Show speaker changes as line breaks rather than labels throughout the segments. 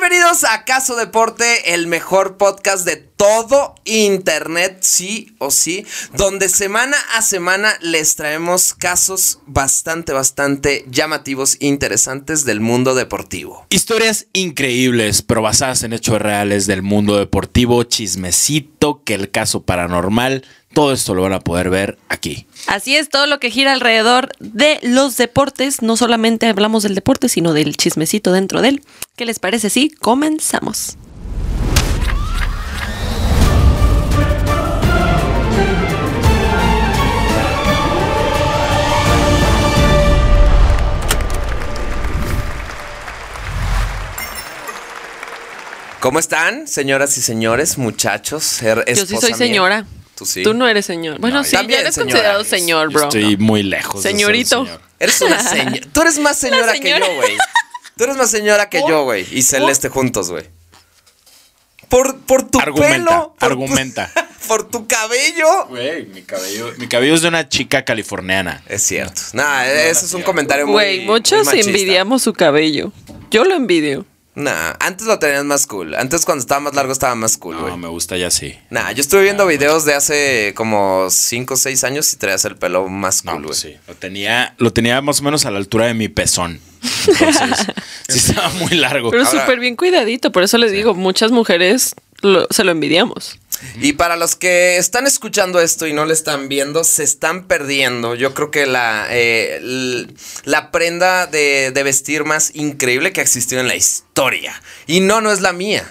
Bienvenidos a Caso Deporte, el mejor podcast de todo Internet, sí o sí, donde semana a semana les traemos casos bastante, bastante llamativos, interesantes del mundo deportivo.
Historias increíbles, pero basadas en hechos reales del mundo deportivo, chismecito, que el caso paranormal, todo esto lo van a poder ver aquí.
Así es, todo lo que gira alrededor de los deportes. No solamente hablamos del deporte, sino del chismecito dentro de él. ¿Qué les parece si comenzamos?
¿Cómo están, señoras y señores, muchachos? her-
Yo sí
esposa
soy
mía?
señora.
Tú sí.
Tú no eres señor. Bueno,
No,
sí,
también
ya eres
señora
considerado
eres.
señor, bro.
Estoy muy lejos. de ser
Señorito.
señor.
Eres una señora. Tú eres más señora,
señora.
que yo, güey. Tú eres más señora que
Por-
yo, güey. Y Celeste juntos, güey. Por, por tu
Argumenta,
pelo. por tu-
argumenta.
por tu cabello.
Güey, mi cabello, mi cabello es de una chica californiana.
Es cierto. Nah, eso es un comentario muy.
Güey, muchos
muy machista.
envidiamos su cabello. Yo lo envidio.
Nah, antes lo tenías más cool. Antes, cuando estaba más largo, estaba más cool,
No,
güey.
me gusta ya así.
Nah, yo estuve viendo videos de hace como 5 o 6 años y traías el pelo más
No,
cool, güey.
pues sí. Lo tenía, lo tenía más o menos a la altura de mi pezón. Entonces, sí estaba muy largo.
Pero
Ahora-
súper bien cuidadito. Por eso les digo, muchas mujeres lo- se lo envidiamos.
Y para los que están escuchando esto y no le están viendo, se están perdiendo. Yo creo que la, eh, l- la prenda de, de vestir más increíble que ha existido en la historia. Y no, no es la mía.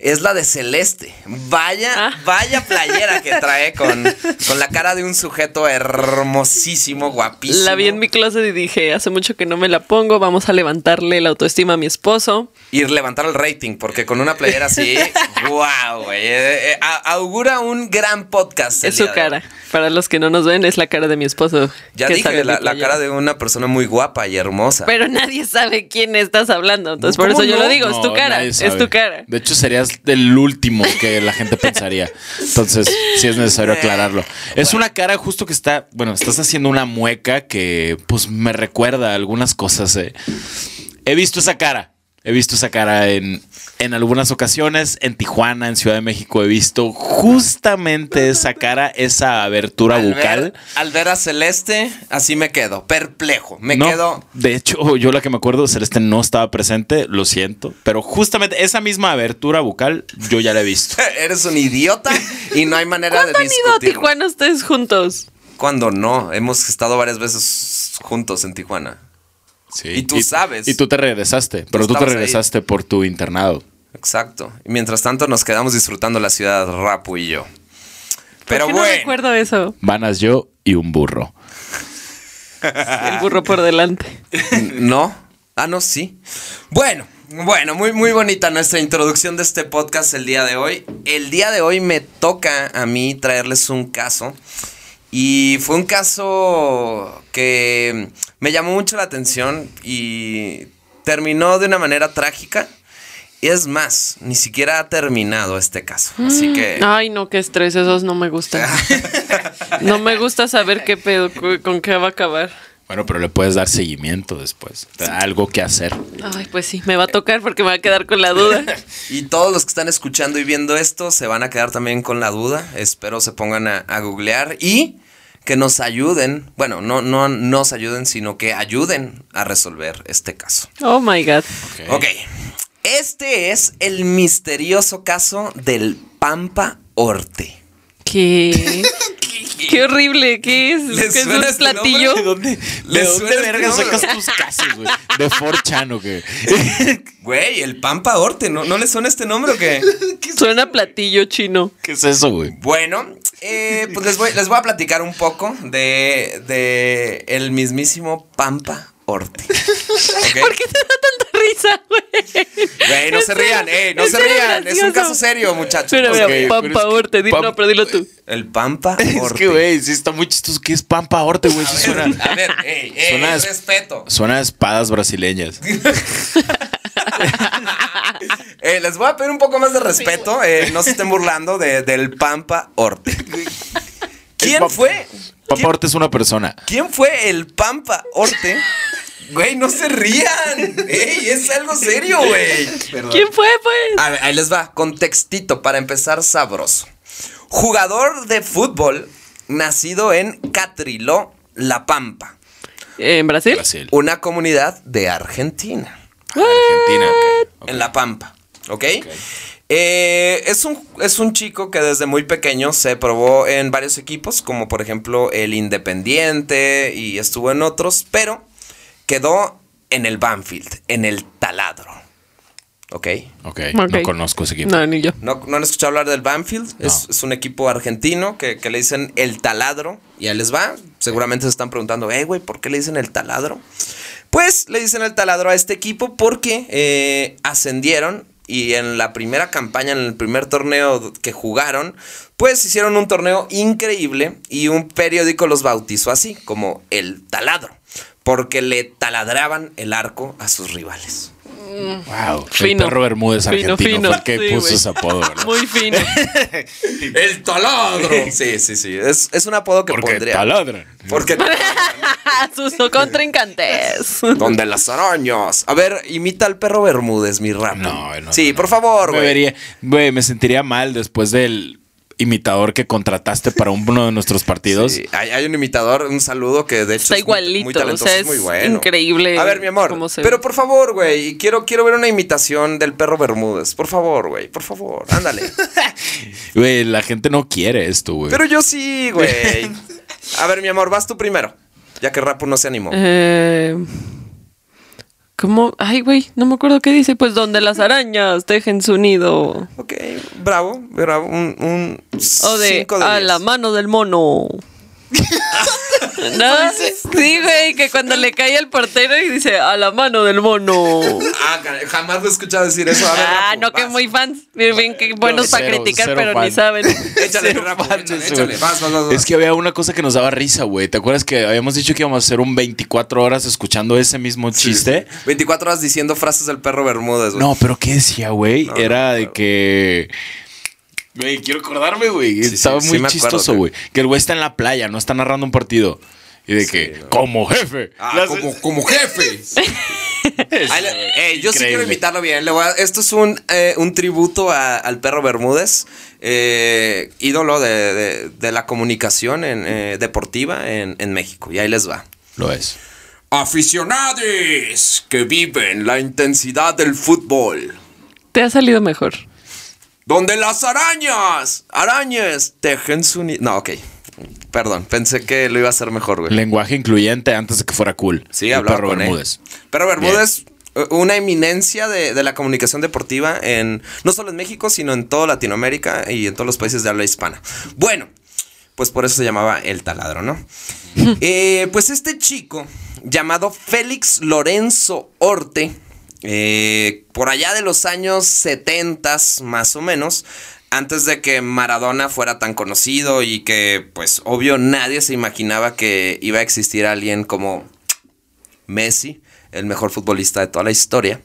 Es la de Celeste. Vaya,
Ah.
vaya playera que trae con, con la cara de un sujeto hermosísimo, guapísimo.
La vi en mi closet y dije, hace mucho que no me la pongo, vamos a levantarle la autoestima a mi esposo.
Y levantar el rating, porque con una playera así, wow, güey. eh, eh, a- augura un gran podcast. el
es su
día de hoy.
cara. Para los que no nos ven, es la cara de mi esposo.
Ya
que sale
dije,
en mi
la, la
playera.
cara de una persona muy guapa y hermosa.
Pero nadie sabe quién estás hablando. Entonces, por
¿Cómo
eso yo
no?
lo digo, es tu
No,
cara.
nadie
Es
sabe.
tu cara.
De hecho, serías el último que la gente pensaría. Entonces, sí es necesario aclararlo. Es una cara justo que está, bueno, estás haciendo una mueca que pues me recuerda a algunas cosas. eh. He visto esa cara. He visto esa cara en, en algunas ocasiones, en Tijuana, en Ciudad de México, he visto justamente esa cara, esa abertura
al,
bucal.
ver, al ver a Celeste, así me quedo, perplejo. Me
No,
quedo.
De hecho, yo la que me acuerdo, Celeste no estaba presente, lo siento. Pero justamente esa misma abertura bucal, yo ya la he visto.
Eres un idiota y no hay manera de
¿Cuándo han ido a
discutir.
Tijuana ustedes juntos?
Cuando no, hemos estado varias veces juntos en Tijuana.
Sí.
Y tú sabes.
Y tú te regresaste, pero tú te
estabas ahí.
regresaste por tu internado.
Exacto. Y mientras tanto nos quedamos disfrutando la ciudad Rapu y yo. Pero
¿Por qué No
bueno.
recuerdo eso.
Vanas yo y un burro.
Ah,
El burro por delante.
No. Ah, no, sí. Bueno, bueno, muy, muy bonita nuestra introducción de este podcast el día de hoy. El día de hoy me toca a mí traerles un caso. Y fue un caso que me llamó mucho la atención y terminó de una manera trágica. Y es más, ni siquiera ha terminado este caso. Así
Mm.
que...
Ay, no, qué estrés, esos no me gustan. No me gusta saber qué pedo, cu- con qué va a acabar.
Bueno, pero le puedes dar seguimiento después. Te da algo que hacer.
Ay, pues sí, me va a tocar porque me va a quedar con la duda.
Y todos los que están escuchando y viendo esto se van a quedar también con la duda. Espero se pongan a, a googlear y que nos ayuden. Bueno, no, no nos ayuden, sino que ayuden a resolver este caso.
Oh my god.
Ok. Este es el misterioso caso del Pampa Orte.
Qué, qué horrible, qué es,
¿Les
¿Qué es
suena
un
este
platillo.
¿De dónde,
¿Le
de dónde
suena este
verga
nombre?
sacas tus casos, güey? De 4chan o qué?
Güey, el Pampa Orte. ¿No, ¿no le suena este nombre o qué?
Suena a platillo chino.
¿Qué es eso, güey?
Bueno, eh, pues les voy, les voy a platicar un poco de, de el mismísimo Pampa Orte. ¿Ok?
¿Por qué te da tanta risa, güey?
Güey, no
Es
se
cero-
rían, eh, no
es
se
cero
rían. Es un
gracioso.
caso serio, muchachos.
Mira, mira,
Ok.
pero es
Pampa
que-
Orte, di-
Pam-
no, pero dilo tú.
El Pampa
Es
Orte.
que, güey, sí está muy chistoso. ¿Qué es Pampa Orte, güey? Sí
A ver,
suena,
a ver, ey, ey,
Suena-
respeto.
suena a espadas brasileñas.
Eh, les voy a pedir un poco más de respeto. eh, no se estén burlando de- del Pampa Orte. ¿Quién
Pampa-
fue?
Pampa
¿Quién,
Orte es una persona.
quién fue el Pampa Orte Güey, no se rían. Ey, es algo serio, güey.
¿Quién fue, pues?
A ver, ahí les va. Contextito para empezar sabroso. Jugador de fútbol nacido en Catriló, La Pampa,
¿En Brasil?
Brasil.
una comunidad de Argentina.
Argentina, ok, ok.
En La Pampa, ¿ok? Eh, es, un, es un chico que desde muy pequeño se probó en varios equipos, como por ejemplo el Independiente y estuvo en otros, pero quedó en el Banfield, en el Taladro, ¿ok?
Ok,
Ok.
no conozco ese equipo.
No, ni yo.
¿No, no han escuchado hablar del Banfield?
No.
Es, es un equipo argentino que, que le dicen el taladro. Y ahí les va. Seguramente se están preguntando, eh, güey, ¿por qué le dicen el taladro? Pues le dicen el taladro a este equipo porque eh, ascendieron y en la primera campaña, en el primer torneo que jugaron, pues hicieron un torneo increíble y un periódico los bautizó así, como el taladro, porque le taladraban el arco a sus rivales.
Wow.
Fino.
El perro Bermúdez
Fino,
argentino
fino.
fue el que
Sí,
puso
güey.
ese apodo, ¿verdad?
Muy fino.
El taladro. Sí, sí, sí. Es, es un apodo que
Porque
pondría.
taladran.
Porque
Sus contrincantes.
donde las arañas. A ver, imita al perro Bermúdez, mi rap.
No, no.
Sí,
no,
por
no.
favor,
Me
güey.
vería- Güey, me sentiría mal después del imitador que contrataste para uno de nuestros partidos.
Sí, hay, hay un imitador, un saludo que de hecho
Está
es muy- muy,
igualito,
talentoso,
o sea,
es muy
es
bueno.
increíble
A ver, mi amor,
cómo se-
pero por favor, güey, quiero quiero ver una imitación del perro Bermúdez, por favor, güey, por favor, ándale.
Pues Güey, la gente no quiere esto, güey.
pero yo sí, güey. A ver, mi amor, vas tú primero, ya que Rapu no se animó.
Eh, ¿Cómo? Ay, güey, no me acuerdo qué dice. Pues donde las arañas dejen su nido.
Ok, bravo, bravo, un, un
O de,
cinco de
a
diez.
la mano del mono. ¿No? Sí, güey, que cuando le cae al portero y dice a la mano del mono.
Ah, caray, jamás lo he escuchado decir eso. A ver,
Ah,
Rapu,
no, que
vas.
muy fans. Bien, bien, que buenos para
cero,
criticar,
cero
pero ni
fan.
saben.
Échale, Rapu, échale, échale, vas, vas, vas, vas.
Es que había una cosa que nos daba risa, güey. ¿Te acuerdas que habíamos dicho que íbamos a hacer un 24 horas escuchando ese mismo chiste?
24 horas diciendo frases del perro Bermúdez, güey.
No, pero ¿qué decía, güey?
No,
Era
no,
de
no.
que... Güey, quiero acordarme, güey.
Sí, sí,
Estaba
sí
muy
me acuerdo,
chistoso, güey. Que el güey está en la playa, no está narrando un partido. Y de que, como jefe.
Ah,
las-
como, como jefe. Ahí le- Ey, yo sí quiero
Increíble.
imitarlo bien. le voy a- esto es un, eh, un tributo a- al perro Bermúdez, eh, ídolo de, de- de la comunicación en, eh, deportiva en, en México. Y ahí les va.
Lo es.
Aficionados que viven la intensidad del fútbol.
Te ha salido mejor.
Donde las arañas, arañas, tejen su... ni- No, ok. Perdón, pensé que lo iba a hacer mejor, güey.
Lenguaje incluyente antes de que fuera cool.
Sí,
El
hablaba
perro
con él.
Bermúdez.
Perro Bermúdez, eh, una eminencia de, de la comunicación deportiva en no solo en México, sino en toda Latinoamérica y en todos los países de habla hispana. Bueno, pues por eso se llamaba el taladro, ¿no? Eh, pues este chico, llamado Félix Lorenzo Orte, eh, por allá de los años 70 más o menos, antes de que Maradona fuera tan conocido y que, pues, obvio, nadie se imaginaba que iba a existir alguien como Messi, el mejor futbolista de toda la historia.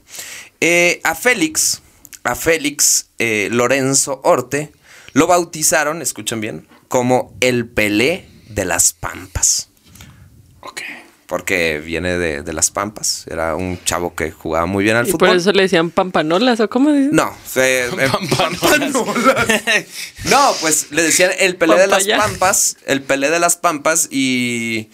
Eh, a Félix, a Félix eh, Lorenzo Orte, lo bautizaron, escuchen bien, como el Pelé de las Pampas.
Ok.
Porque viene de, de las Pampas. Era un chavo que jugaba muy bien al
Y
fútbol.
por eso le decían pampanolas, ¿o cómo dicen?
No, se- eh, no, pues le decían el Pelé de las
Pampaya.
Pampas, el Pelé de las Pampas y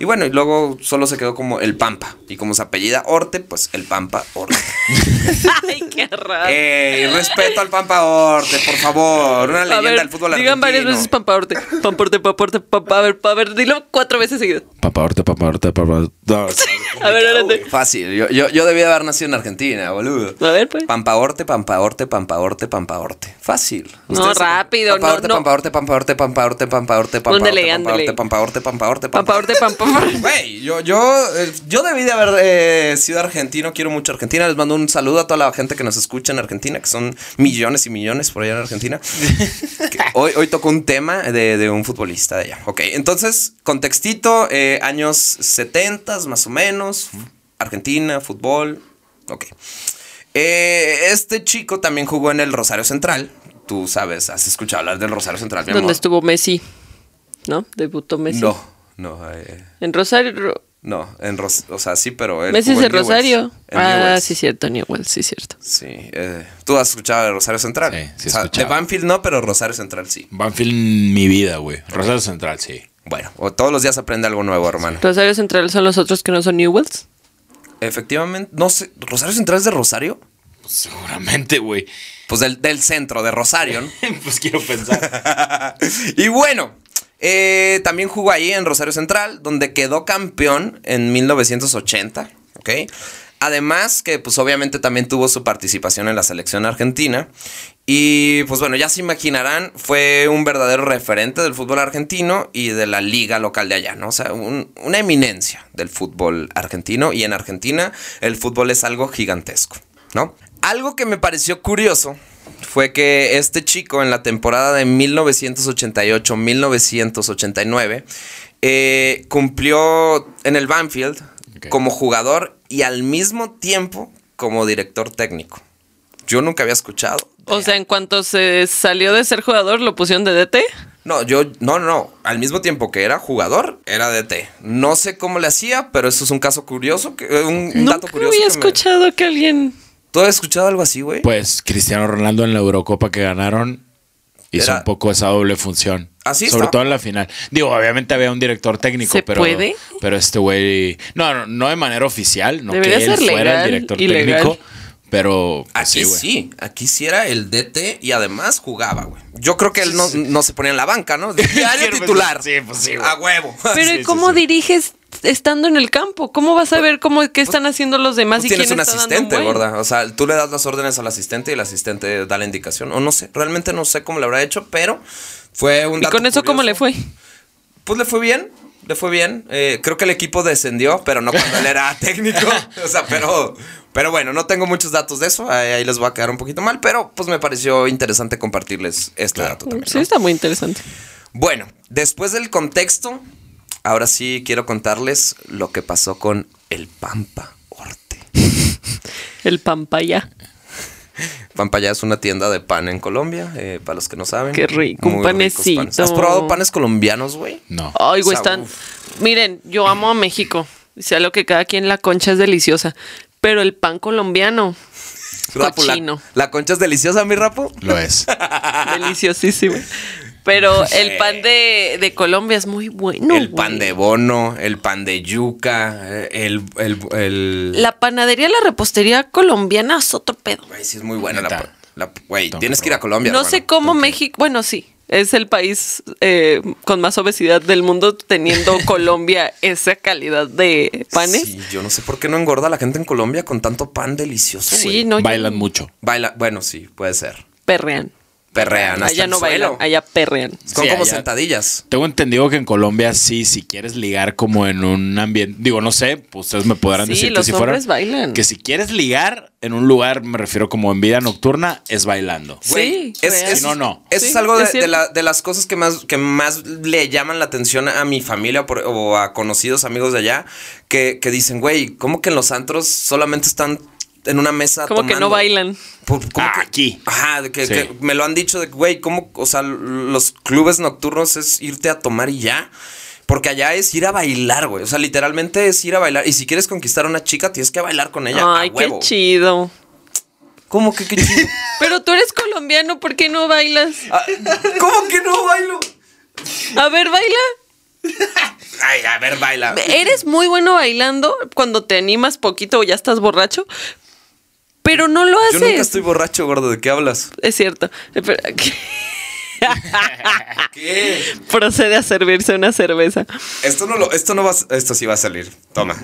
y bueno, y luego solo se quedó como el Pampa y como se apellida Orte, pues el Pampa Orte.
Ay, qué raro.
Ey, respeto al Pampa Orte, por favor, una leyenda del fútbol argentino.
digan varias veces pampaorte, pampaorte, pampaorte, pampa, a ver, pa- a ver, dilo cuatro veces seguidas.
Papá ahorita, papá ahorita, papá ahorita. No,
A ver, órate.
Fácil, yo, yo, yo debía haber nacido en Argentina, boludo.
A ver, pues.
Pampa Orte, Pampa Orte, Pampa Orte, Pampa Orte. Fácil.
No,
Ustedes-
rápido,
Pampa
no,
Orte,
no.
Pampa Orte, Pampa Orte, Pampa Orte, Pampa Orte, Pampa Orte, Pampa
Ándale, ándale.
Orte, Pampa Orte, Pampa Orte, Pampa Orte.
Pampaorte, pampaorte.
Güey, yo, yo, eh, yo debí de haber eh, sido argentino, quiero mucho a Argentina. Les mando un saludo a toda la gente que nos escucha en Argentina, que son millones y millones por allá en Argentina. Que hoy, hoy tocó un tema de, de un futbolista de allá. Ok, entonces, contextito, eh, años 70 más o menos, Argentina, fútbol, ok. Eh, este chico también jugó en el Rosario Central. Tú sabes, has escuchado hablar del Rosario Central, mi
¿Dónde
amor.
estuvo Messi? ¿No? Debutó Messi.
No, no. eh,
En Rosario. Ro-
No, en Ros- o sea, sí, pero... él
Messi es
jugó
de
en Newell's.
Rosario.
En
ah,
Newell's.
sí, cierto, Newell's, sí, cierto.
Sí, eh, tú has escuchado de Rosario Central.
Sí, sí he
O sea, de
escuchado.
Banfield no, pero Rosario Central sí.
Banfield, mi vida, güey. Rosario Central, sí.
Bueno, o todos los días aprende algo nuevo, hermano.
Rosario Central son los otros que no son Newells.
Efectivamente, no sé, ¿Rosario Central es de Rosario?
Seguramente, güey.
Pues del, del centro, de Rosario, ¿no?
pues quiero pensar.
y bueno, eh, también jugó ahí en Rosario Central, donde quedó campeón en 1980, ¿ok? Además que pues obviamente también tuvo su participación en la selección argentina y pues bueno, ya se imaginarán, fue un verdadero referente del fútbol argentino y de la liga local de allá, ¿no? O sea, un- una eminencia del fútbol argentino y en Argentina el fútbol es algo gigantesco, ¿no? Algo que me pareció curioso fue que este chico en la temporada de 1988-1989 eh, cumplió en el Banfield
Ok.
como jugador y al mismo tiempo como director técnico. Yo nunca había escuchado.
O sea, en cuanto se salió de ser jugador, lo pusieron de DT.
No, yo, no, no, no. Al mismo tiempo que era jugador, era DT. No sé cómo le hacía, pero eso es un caso curioso, que- eh, un, un dato
Nunca
curioso.
había
que me-
escuchado que alguien.
¿Tú has escuchado algo así, güey?
Pues Cristiano Ronaldo en la Eurocopa que ganaron hizo
Era-
un poco esa doble función.
Así
Sobre
está.
todo en la final. Digo, obviamente había un director técnico,
¿Se
pero.
puede?
Pero este güey. No, no, no de manera oficial, no
Debería
que él
ser
fuera
legal,
el director
ilegal.
técnico. Pero. pues,
Aquí sí,
güey.
aquí sí era el DT y además jugaba, güey. Yo creo que él no, no se ponía en la banca, ¿no? Diario
Quiero
titular.
pensar- sí, pues sí, güey.
A huevo.
Pero
Sí,
¿y
sí,
¿cómo
sí.
diriges estando en el campo? ¿Cómo vas a ver cómo qué están haciendo los demás
Tú
y quién
Pues, tienes un
está dando
asistente,
buen?
gorda. O sea, tú le das las órdenes al asistente y el asistente da la indicación. O no sé, realmente no sé cómo le habrá hecho, pero fue un
¿Y
dato
con eso cómo
curioso.
le fue?
Pues le fue bien, le fue bien. Eh, creo que el equipo descendió, pero no cuando él era técnico. O sea, pero, pero bueno, no tengo muchos datos de eso. Ahí, ahí les voy a quedar un poquito mal, pero pues me pareció interesante compartirles este dato también.
Sí, está muy interesante.
Bueno, después del contexto, ahora sí quiero contarles lo que pasó con el Pampa Orte.
El Pampaya.
Pampa ya es una tienda de pan en Colombia, eh, para los que no saben.
Qué rico, un
Muy ricos
panecito.
panes. ¿Has probado panes colombianos, güey?
No.
Ay, güey,
O sea,
están. Miren, yo amo a México. Sea lo que cada quien la concha es deliciosa. Pero el pan colombiano,
Rapo, la-
Cochino.
la concha es deliciosa, mi rapo.
Lo es.
deliciosísimo. Pero el pan de, de Colombia es muy bueno.
el pan
güey.
de bono, el pan de yuca, eh, el... el, el-
La panadería, la repostería colombiana es otro pedo.
Güey, sí es muy buena la...
Neta.
pa- la- Güey,
Tengo
tienes
que
que ir a Colombia,
no
hermano.
sé cómo México, bueno, sí, es el país eh, con más obesidad del mundo, teniendo Colombia esa calidad de panes. Sí,
Sí, yo no sé por qué no engorda la gente en Colombia con tanto pan delicioso, güey.
no,
Bailan
ya
mucho.
Baila, bueno, sí, puede ser.
Perrean.
Perrean hasta
Allá
el
no bailan,
suelo.
allá perrean.
Son
Sí,
como
allá.
sentadillas.
Tengo entendido que en Colombia sí, si quieres ligar como en un ambiente, digo, no sé, pues, ustedes me podrán
Sí,
decir que
los
si fuera
hombres bailan.
que si quieres ligar en un lugar, me refiero como en vida nocturna, es bailando.
Güey,
Sí,
es-
real.
es-
Si no, no.
Eso
Sí,
es algo de,
es
de
cierto.
la- de las cosas que más, que más le llaman la atención a mi familia por- o a conocidos amigos de allá que, que dicen, güey, ¿cómo que en los antros solamente están en una mesa
Como que no
tomando?"
bailan.
Por- Pues, ¿cómo
Ah,
que-
aquí.
Ajá, de que,
Sí.
que me lo han dicho de, güey, ¿cómo? O sea, los clubes nocturnos es irte a tomar y ya. Porque allá es ir a bailar, güey. O sea, literalmente es ir a bailar. Y si quieres conquistar a una chica, tienes que bailar con ella.
Ay,
a
qué
huevo.
chido.
¿Cómo que qué chido?
Pero tú eres colombiano, ¿por qué no bailas?
Ah, ¿Cómo que no bailo?
A ver, baila.
Ay, a ver, baila.
Eres muy bueno bailando cuando te animas poquito o ya estás borracho, pero no lo haces.
Yo nunca estoy borracho, gordo. ¿De qué hablas?
Es cierto. Eh, pero-
¿Qué?
Procede a servirse una cerveza.
Esto no lo, esto no va, a- esto sí va a salir. Toma.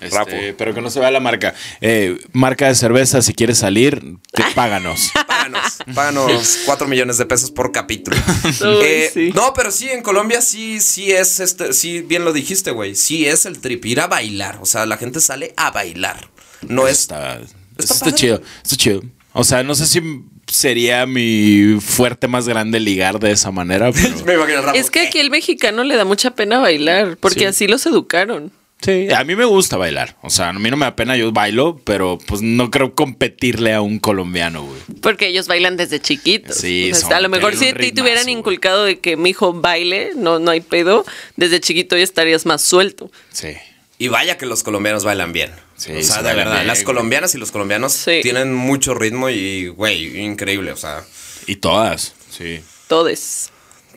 Este,
Rapo.
pero que no se vea la marca. Eh, marca de cerveza, si quieres salir, te páganos.
Páganos, páganos 4 millones de pesos por capítulo.
Uy,
Eh,
sí.
No, pero sí, en Colombia sí, sí es este, sí, bien lo dijiste, güey. Sí es el trip, ir a bailar. O sea, la gente sale a bailar. No es.
está, eso
está
está,
padre.
chido, está chido. O sea, no sé si sería mi fuerte más grande ligar de esa manera, pero
Me imagino "Eh, Rafa,
Es que aquí el mexicano le da mucha pena bailar, porque
Sí.
así los educaron.
Sí, a mí me gusta bailar. O sea, a mí no me da pena, yo bailo, pero pues no creo competirle a un colombiano, güey.
Porque ellos bailan desde chiquitos.
Sí,
O sea,
son-
a lo mejor si a
tienen un
ti te hubieran
ritmazo,
inculcado de que mi hijo baile, no, no hay pedo, desde chiquito ya estarías más suelto.
Sí.
Y vaya que los colombianos bailan bien.
Sí,
o
sí
sea, de
bailan
verdad,
bien,
las
güey.
colombianas y los colombianos
Sí.
tienen mucho ritmo y, güey, increíble. O sea,
Y todas, sí.
Todes.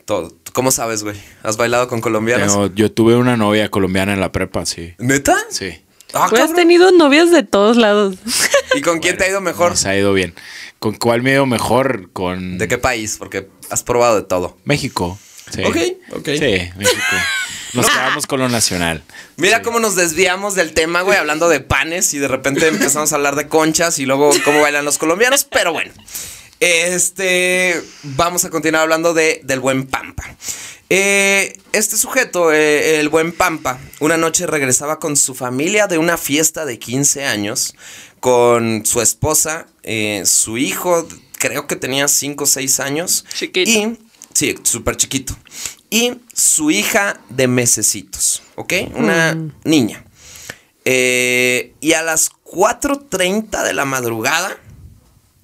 todo. ¿Cómo sabes, güey? ¿Has bailado con colombianas?
Tengo- yo tuve una novia colombiana en la prepa, sí.
¿Neta?
Sí.
Ah,
Tú Pues, has
cabrón.
tenido novias de todos lados.
¿Y con quién te ha ido mejor?
Nos ha ido bien. ¿Con cuál me ha ido mejor? Con
¿De qué país? Porque has probado de todo.
México. Sí.
Ok, ok.
Sí, México. Nos quedamos con lo nacional.
Mira cómo nos desviamos del tema, güey, hablando de panes y de repente empezamos a hablar de conchas y luego cómo bailan los colombianos, pero bueno. Este, vamos a continuar hablando de, del buen Pampa. Eh, este sujeto, eh, el buen Pampa, una noche regresaba con su familia de una fiesta de 15 años, con su esposa, eh, su hijo, creo que tenía 5 o 6 años.
Chiquito.
Y Sí, súper chiquito. Y su hija de mesecitos, ¿ok? Una
Mm.
niña. Eh, y a las 4.30 de la madrugada,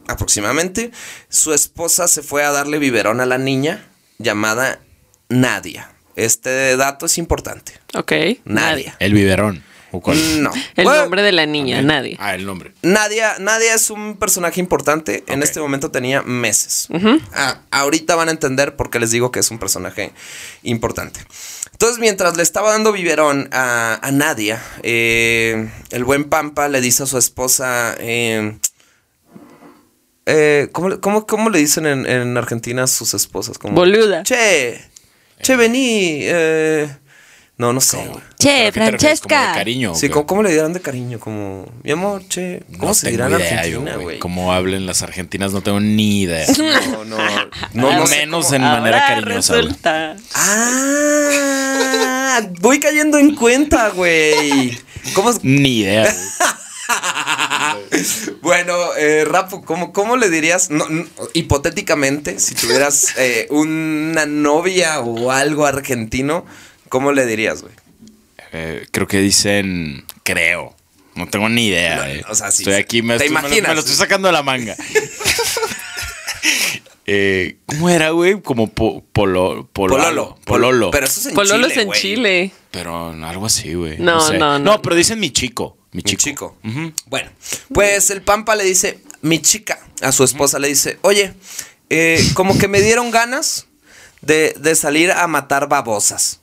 aproximadamente, su esposa se fue a darle biberón a la niña llamada Nadia. Este dato es importante.
Ok.
Nadia.
El biberón. ¿O cuál?
No.
El
Bueno,
nombre de la niña, nadie.
Ah, el nombre.
Nadia, Nadia es un personaje importante. En
Ok.
este momento tenía meses. Ah, ahorita van a entender por qué les digo que es un personaje importante. Entonces, mientras le estaba dando biberón a, a Nadia, eh, el buen Pampa le dice a su esposa. eh, eh, ¿cómo, cómo, cómo le dicen en, en Argentina a sus esposas? Como,
Boluda.
Che, che, vení. eh". no, no sé. güey.
Che,
¿Pero a qué te refieres? ¿Como de
Francesca.
cariño. o
Sí,
qué?
¿cómo, cómo le dirán de cariño? Como, mi amor, che, ¿cómo
No
se
tengo
dirán en
idea,
Argentina,
yo,
güey?
Cómo hablen las argentinas, no tengo ni idea.
No, no, no, no sé
menos
cómo-
en manera
Ahora
cariñosa. güey.
resulta.
Ah, voy cayendo en cuenta, güey. ¿Cómo? es?
Ni idea. güey.
Bueno, eh, Rapu, ¿cómo, ¿cómo le dirías? No, no, hipotéticamente, si tuvieras eh, una novia o algo argentino, ¿cómo le dirías, güey?
Eh, creo que dicen, creo. No tengo ni idea.
No,
eh.
o sea, sí,
estoy
sí.
aquí, me,
¿Te
estoy- me lo-
imaginas?
me lo estoy sacando de la manga. Eh, ¿Cómo era, güey? Como po- polo, pololo.
Pero
Pololo. Pero,
eso es en
Pololos
Chile,
en
güey.
Chile.
algo así, güey.
No, no, no.
No, pero dicen mi chico. Mi
Mi
chico.
chico.
Ujú.
Bueno, pues el Pampa le dice, mi chica, a su esposa le dice, oye, eh, como que me dieron ganas de, de salir a matar babosas.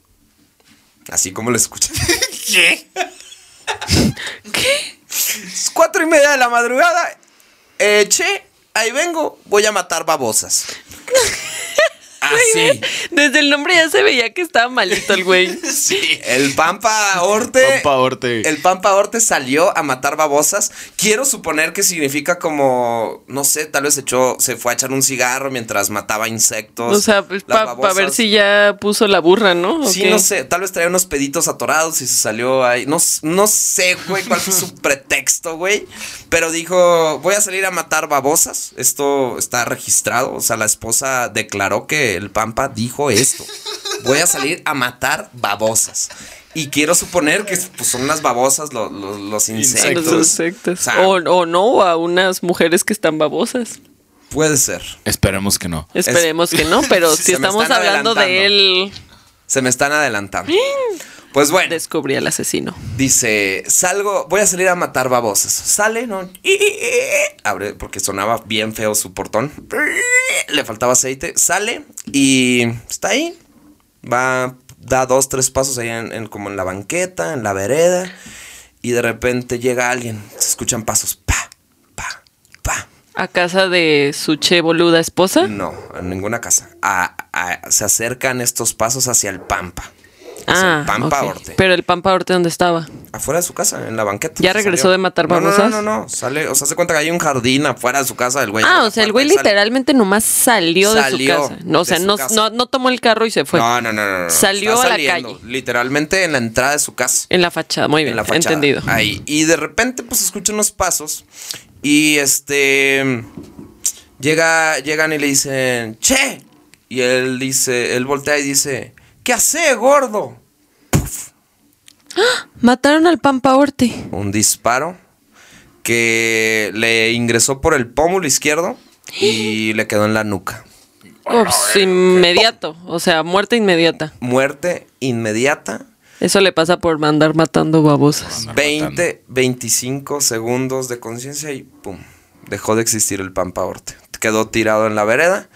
Así como lo escuchan.
¿Qué?
Es cuatro y media de la madrugada. Eh, che, ahí vengo, voy a matar babosas.
Ah,
Así.
Desde el nombre ya se veía que estaba malito el güey.
El Pampa Orte.
Pampa Orte.
El Pampa Orte salió a matar babosas. Quiero suponer que significa como, no sé, tal vez echó, se fue a echar un cigarro mientras mataba insectos.
O sea,
las
para
babosas.
ver si ya puso la burra, ¿no? ¿O
Sí,
qué?
no sé, tal vez traía unos peditos atorados y se salió ahí. No, s- no sé, güey, cuál fue su pretexto, güey. Pero dijo, voy a salir a matar babosas. Esto está registrado. O sea, la esposa declaró que el Pampa dijo esto. Voy a salir a matar babosas. Y quiero suponer que pues, son las babosas, lo- lo- los
A
insectos.
los insectos.
O sea,
O, o no, a unas mujeres que están babosas.
puede ser.
Esperemos que no.
Esperemos que no, pero
Se
si
me
estamos
están
hablando de él,
Se me están adelantando. Pues bueno.
descubrí al asesino.
Dice, salgo, voy a salir a matar babosas. Sale, ¿no? Abre, porque sonaba bien feo su portón. Le faltaba aceite. Sale y está ahí. Va, da dos, tres pasos ahí en, en- como en la banqueta, en la vereda. Y de repente llega alguien. Se escuchan pasos. Pa, pa, pa.
¿A casa de su che boluda esposa?
No, a ninguna casa. A- a- se acercan estos pasos hacia el Pampa. Hacia
Ah,
el Pampa
ok.
Orte.
Pero el Pampa Orte, ¿dónde estaba?
Afuera de su casa, en la banqueta.
¿Ya regresó de matar
No,
babosas?
No, no, no, no, Sale, o sea, se cuenta que hay un jardín afuera de su casa, el güey.
Ah,
abre
o
la
sea, el
puerta
güey
y sale.
literalmente nomás salió,
Salió
de su casa. No, o
de
sea,
su
no,
casa.
no- no tomó el carro y se fue.
No, no, no, no, no, no.
Salió
Está
a la
saliendo,
calle.
Literalmente en la entrada de su casa.
En la fachada, muy bien,
en la fachada. Ah.
entendido.
Ahí. Y de repente, pues escucha unos pasos. Y este. Llega, llegan y le dicen, ¡Che! Y él dice, él voltea y dice, ¿Qué hace, gordo?
Mataron al Pampa Orte.
un disparo que le ingresó por el pómulo izquierdo y le quedó en la nuca. Ah,
Ups, inmediato, o sea, muerte inmediata.
Muerte inmediata.
Eso le pasa por andar matando babosas.
20, 25 segundos de conciencia y pum, dejó de existir el Pampa Orte. Quedó tirado en la vereda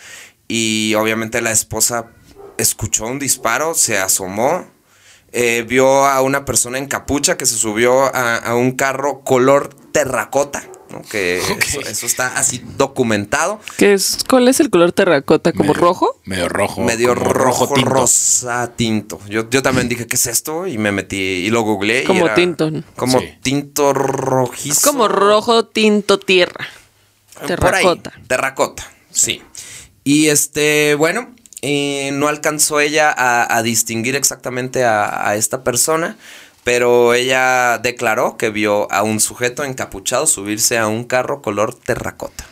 y obviamente la esposa escuchó un disparo, se asomó, eh, vio a una persona en capucha que se subió a, a un carro color terracota, ¿no? que eso, eso está así documentado,
¿Qué es, ¿Cuál es el color terracota? ¿Como
Medio-
rojo?
Medio rojo.
medio
como
rojo,
tinto.
rosa tinto. Yo, yo también dije, ¿qué es esto? Y me metí y lo googleé. y
Como
era
tinto, ¿no?
Como
Sí.
tinto rojizo.
Es como rojo tinto tierra.
Por ahí,
Terracota.
terracota, sí. Y este, bueno, eh, no alcanzó ella a, a distinguir exactamente a, a esta persona, pero ella declaró que vio a un sujeto encapuchado subirse a un carro color terracota.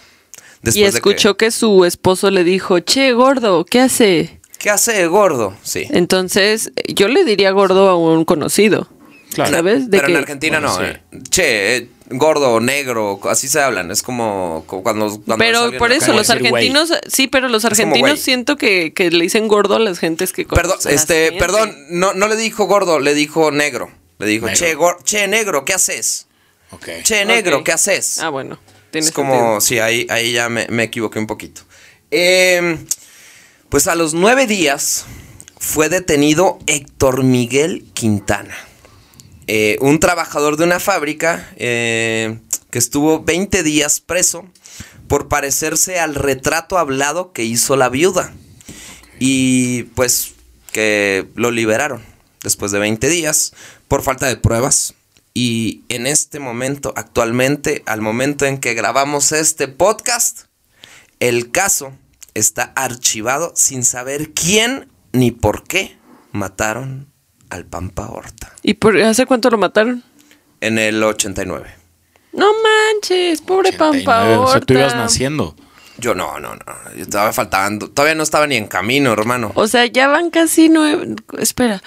Y escuchó
De
que su esposo le dijo, che, gordo, ¿qué hace?
que, ¿Qué hace gordo? Sí.
Entonces, yo le diría gordo a un conocido.
Claro.
¿Sabes? De
Pero en
que-
Argentina no.
Bueno,
eh. Che, eh, gordo, negro, así se hablan. Es como co- cuando... cuando ves a
Pero
alguien
por
en la
eso
calle.
los
decir, güey.
argentinos, sí, pero los
como
argentinos
güey.
siento que, que le dicen gordo a las gentes que
Perdón,
conocen a
este,
gente.
perdón, no, no le dijo gordo, le dijo negro. Le dijo,
Negro.
Che, gor- che, negro, ¿qué haces?
Ok.
Che, negro,
Ok.
¿qué haces?
Ah, bueno. Tiene
es como,
sentido.
sí, ahí, ahí ya me, me equivoqué un poquito. Eh, pues a los nueve días fue detenido Héctor Miguel Quintana, eh, un trabajador de una fábrica eh, que estuvo 20 días preso por parecerse al retrato hablado que hizo la viuda. Y pues que lo liberaron después de 20 días por falta de pruebas. Y en este momento, actualmente, al momento en que grabamos este podcast, el caso está archivado sin saber quién ni por qué mataron al Pampa Horta
¿Y por, hace cuánto lo mataron?
en el 89.
No manches, pobre
89,
Pampa
O sea, tú ibas
Horta.
naciendo.
Yo no, no, no. Yo todavía faltaban, todavía no estaba ni en camino, hermano.
O sea, ya van casi nueve. Espera,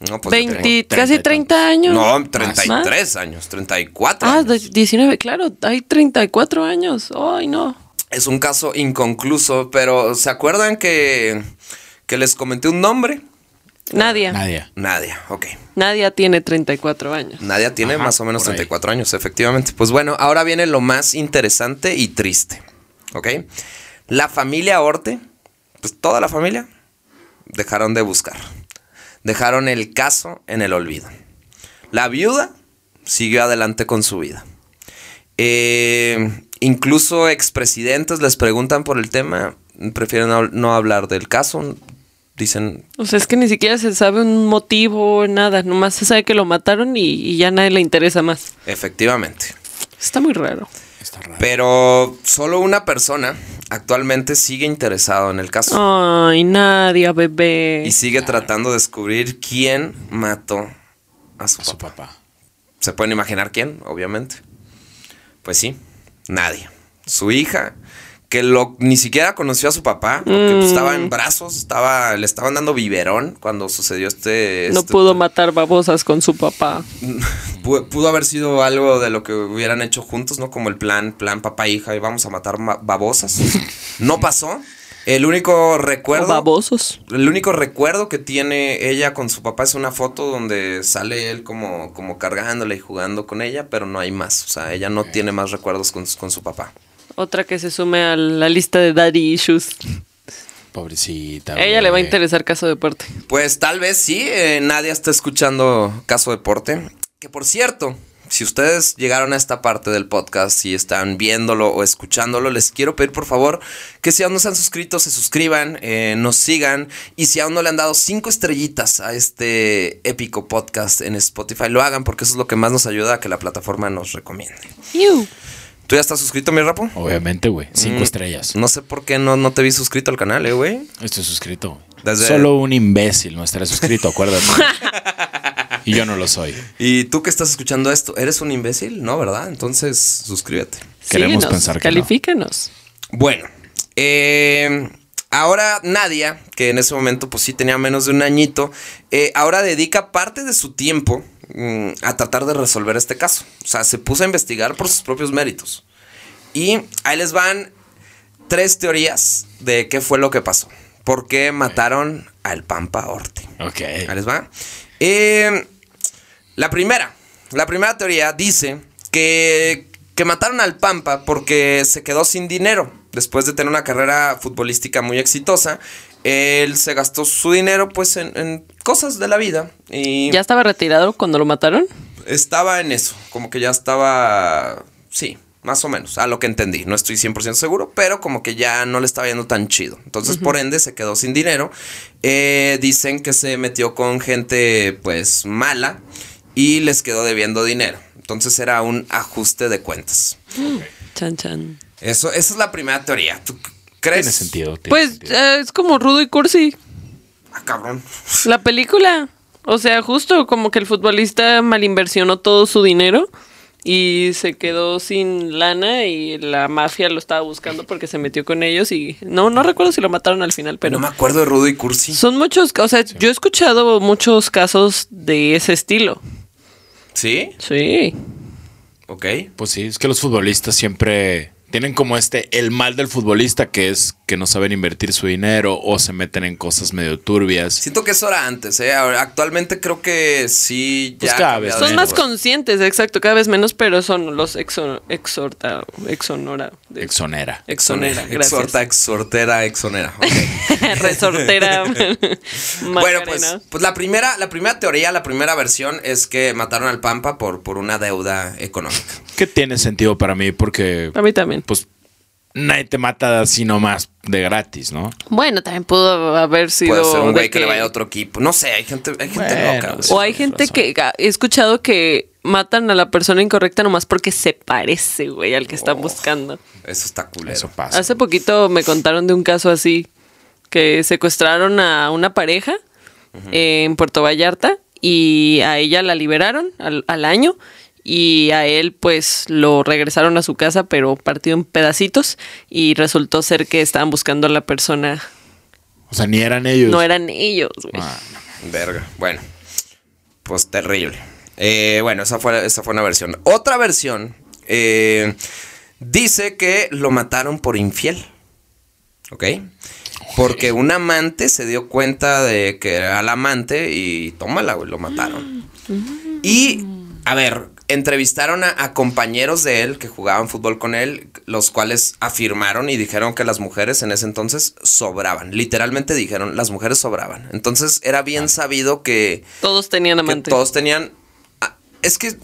No, pues, yo
20,
tenía-
casi 30 años.
No,
¿Más?
33 años, 34.
Ah,
años.
de- 19, claro, hay 34 años. Ay, no.
Es un caso inconcluso, pero ¿se acuerdan que, que les comenté un nombre?
Nadia. Nadia,
Nadie.
Nadia, ok.
tiene 34 años.
Nadia tiene
Ajá,
más o menos
por ahí.
34 años, efectivamente. Pues bueno, ahora viene lo más interesante y triste, ¿ok? La familia Orte, pues toda la familia, dejaron de buscar. Dejaron el caso en el olvido. La viuda siguió adelante con su vida. Eh, incluso expresidentes les preguntan por el tema, prefieren no- no hablar del caso, dicen,
O sea, es que ni siquiera se sabe un motivo, nada. Nomás se sabe que lo mataron y, y ya a nadie le interesa más.
efectivamente.
Está muy raro.
Está raro.
Pero solo una persona actualmente sigue interesado en el caso
Ay, Nadia, bebé.
y sigue tratando de descubrir quién mató a su
A su
papá.
papá.
¿Se pueden imaginar quién? Obviamente. Pues sí, nadie. Su hija, que lo, ni siquiera conoció a su papá, porque pues, estaba
Mm.
en brazos, estaba, le estaban dando biberón cuando sucedió este...
no
este-
pudo matar babosas con su papá.
Pu- pudo haber sido algo de lo que hubieran hecho juntos, ¿no? Como el plan, plan papá hija, y vamos a matar ma- babosas. No pasó. El único
O
recuerdo.
babosos.
El único recuerdo que tiene ella con su papá es una foto donde sale él como, como cargándola y jugando con ella, pero no hay más. O sea, ella no tiene más recuerdos con, su- con su papá.
Otra que se sume a la lista de daddy issues.
Pobrecita.
A ella le va a
bebé.
interesar caso deporte.
Pues tal vez sí, eh, nadie está escuchando Caso Deporte. Que por cierto, si ustedes llegaron a esta parte del podcast y están viéndolo o escuchándolo, les quiero pedir por favor que si aún no se han suscrito, se suscriban, eh, nos sigan y si aún no le han dado cinco estrellitas a este épico podcast en Spotify, lo hagan porque eso es lo que más nos ayuda a que la plataforma nos recomiende. ¿Tú ya estás suscrito, mi rapo?
Obviamente, güey. Cinco
Mm.
estrellas.
No sé por qué no, no te vi suscrito al canal, eh, güey.
Estoy suscrito. güey.
Desde-
Solo un imbécil no estará suscrito, acuérdate. y yo no lo soy.
Y tú que estás escuchando esto, ¿eres un imbécil? No, ¿verdad? Entonces, suscríbete.
Queremos
Síguenos,
pensar que no.
califícanos.
Bueno, eh, ahora Nadia, que en ese momento pues sí tenía menos de un añito, eh, ahora dedica parte de su tiempo mm, a tratar de resolver este caso. O sea, se puso a investigar por sus propios méritos. Y ahí les van tres teorías de qué fue lo que pasó. ¿Por qué mataron al Pampa Orte?
Ok.
Ahí les va. Eh, la primera, la primera teoría dice que, que mataron al Pampa porque se quedó sin dinero. Después de tener una carrera futbolística muy exitosa, él se gastó su dinero pues en, en cosas de la vida. Y
¿Ya estaba retirado cuando lo mataron?
estaba en eso, como que ya estaba, sí, más o menos, a lo que entendí, no estoy 100% seguro, pero como que ya no le estaba yendo tan chido. Entonces, por ende, se quedó sin dinero. Eh, dicen que se metió con gente pues mala y les quedó debiendo dinero. Entonces era un ajuste de cuentas.
Chan, chan.
Eso, esa es la primera teoría. ¿Tú c- crees?
Tiene sentido. tiene
Pues
sentido.
eh, es como rudo y cursi.
Ah, cabrón.
La película. O sea, justo como que el futbolista malinversionó todo su dinero y se quedó sin lana y la mafia lo estaba buscando porque se metió con ellos y no, no recuerdo si lo mataron al final, pero
no me acuerdo de Rudo y Cursi.
son muchos, o sea, yo he escuchado muchos casos de ese estilo.
¿Sí?
Sí.
Ok.
Pues sí, es que los futbolistas siempre tienen como este, el mal del futbolista, que es que no saben invertir su dinero o se meten en cosas medio turbias.
Siento que eso era antes, ¿eh? Ahora, Actualmente creo que sí ya.
Pues
ha
cada vez
cambiado
Son
eso,
más
güey.
conscientes, exacto, cada vez menos, pero son los exo- exhorta, exonora, de-
Exonera.
exonera, gracias.
Exhorta, exhortera, exonera. ok.
Resortera.
bueno,
Macarena.
pues, pues la primera, la primera teoría, la primera versión es que mataron al Pampa por, por una deuda económica.
Que tiene sentido para mí porque,
A mí también.
pues, nadie te mata así nomás de gratis, ¿no?
Bueno, también pudo haber sido.
Puede ser un
de
güey que le vaya a otro equipo. No sé, hay gente, hay gente
Bueno,
loca. güey.
O hay gente
razón.
que ga- he escuchado que matan a la persona incorrecta nomás porque se parece, güey, al que
Oh,
están buscando.
Eso está culero.
Eso pasa.
Hace poquito me contaron de un caso así que secuestraron a una pareja en Puerto Vallarta y a ella la liberaron al, al año y a él pues lo regresaron a su casa pero partido en pedacitos y resultó ser que estaban buscando a la persona.
O sea, ni eran ellos.
No eran ellos, güey.
Ah, no.
Verga. Bueno, pues terrible. Eh, bueno, esa fue, esa fue una versión. Otra versión eh, dice que lo mataron por infiel. ¿Ok? Porque un amante se dio cuenta de que era el amante y tómala, güey, lo mataron. Y,
Mm.
a ver, entrevistaron a, a compañeros de él que jugaban fútbol con él, los cuales afirmaron y dijeron que las mujeres en ese entonces sobraban. Literalmente dijeron, las mujeres sobraban. Entonces era bien sabido que,
Todos tenían
que
amante.
todos tenían... ah, es que,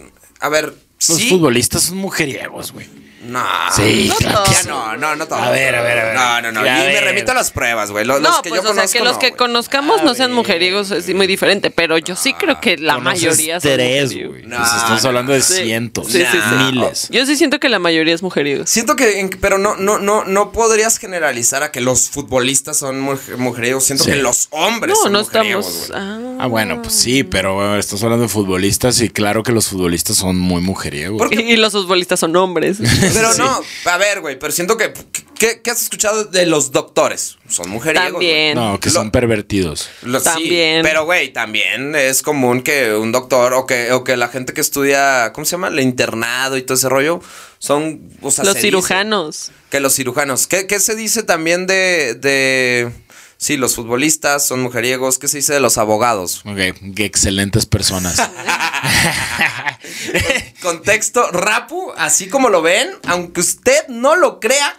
a ver,
Los
sí...
futbolistas son mujeriegos, güey.
No.
Pues Sí,
No
claro que
todos.
Ya no, no, no todo.
A ver, a ver, a ver.
No, no, no.
A
Y me
ver.
remito a las pruebas, güey. Lo- Los,
No,
que
pues
yo
o sea, que
conozco,
los
no,
que
güey.
conozcamos
A
no sean
ver.
mujeriegos es muy diferente, pero yo sí creo que la
Ah, Conoces
mayoría son
tres,
mujeriegos.
güey.
No,
Entonces, estamos
no,
hablando de
Sí.
cientos,
Sí, sí, sí.
miles.
Yo sí siento que la mayoría es mujeriegos.
Siento que, en- pero no, no, no, no podrías generalizar a que los futbolistas son mujer- mujeriegos. Siento
Sí.
que los hombres
No,
son
no
mujeriegos,
estamos.
güey.
Ah.
Ah, bueno, pues sí, pero bueno, estás hablando de futbolistas y claro que los futbolistas son muy mujeriegos.
¿Por
Y los futbolistas son hombres.
Pero
Sí.
no, a ver, güey, pero siento que, ¿qué, qué has escuchado de los doctores? Son mujeriegos. güey.
También.
No, que
Lo-
son pervertidos.
Lo- sí,
También.
pero, güey, también es común que un doctor o que, o que la gente que estudia, ¿cómo se llama? El internado y todo ese rollo, son, o sea,
los
se dice
cirujanos.
que los cirujanos. ¿Qué, qué se dice también de, de, sí, los futbolistas son mujeriegos? ¿Qué se dice de los abogados?
Ok, qué excelentes personas.
Contexto, Rapu, así como lo ven, aunque usted no lo crea,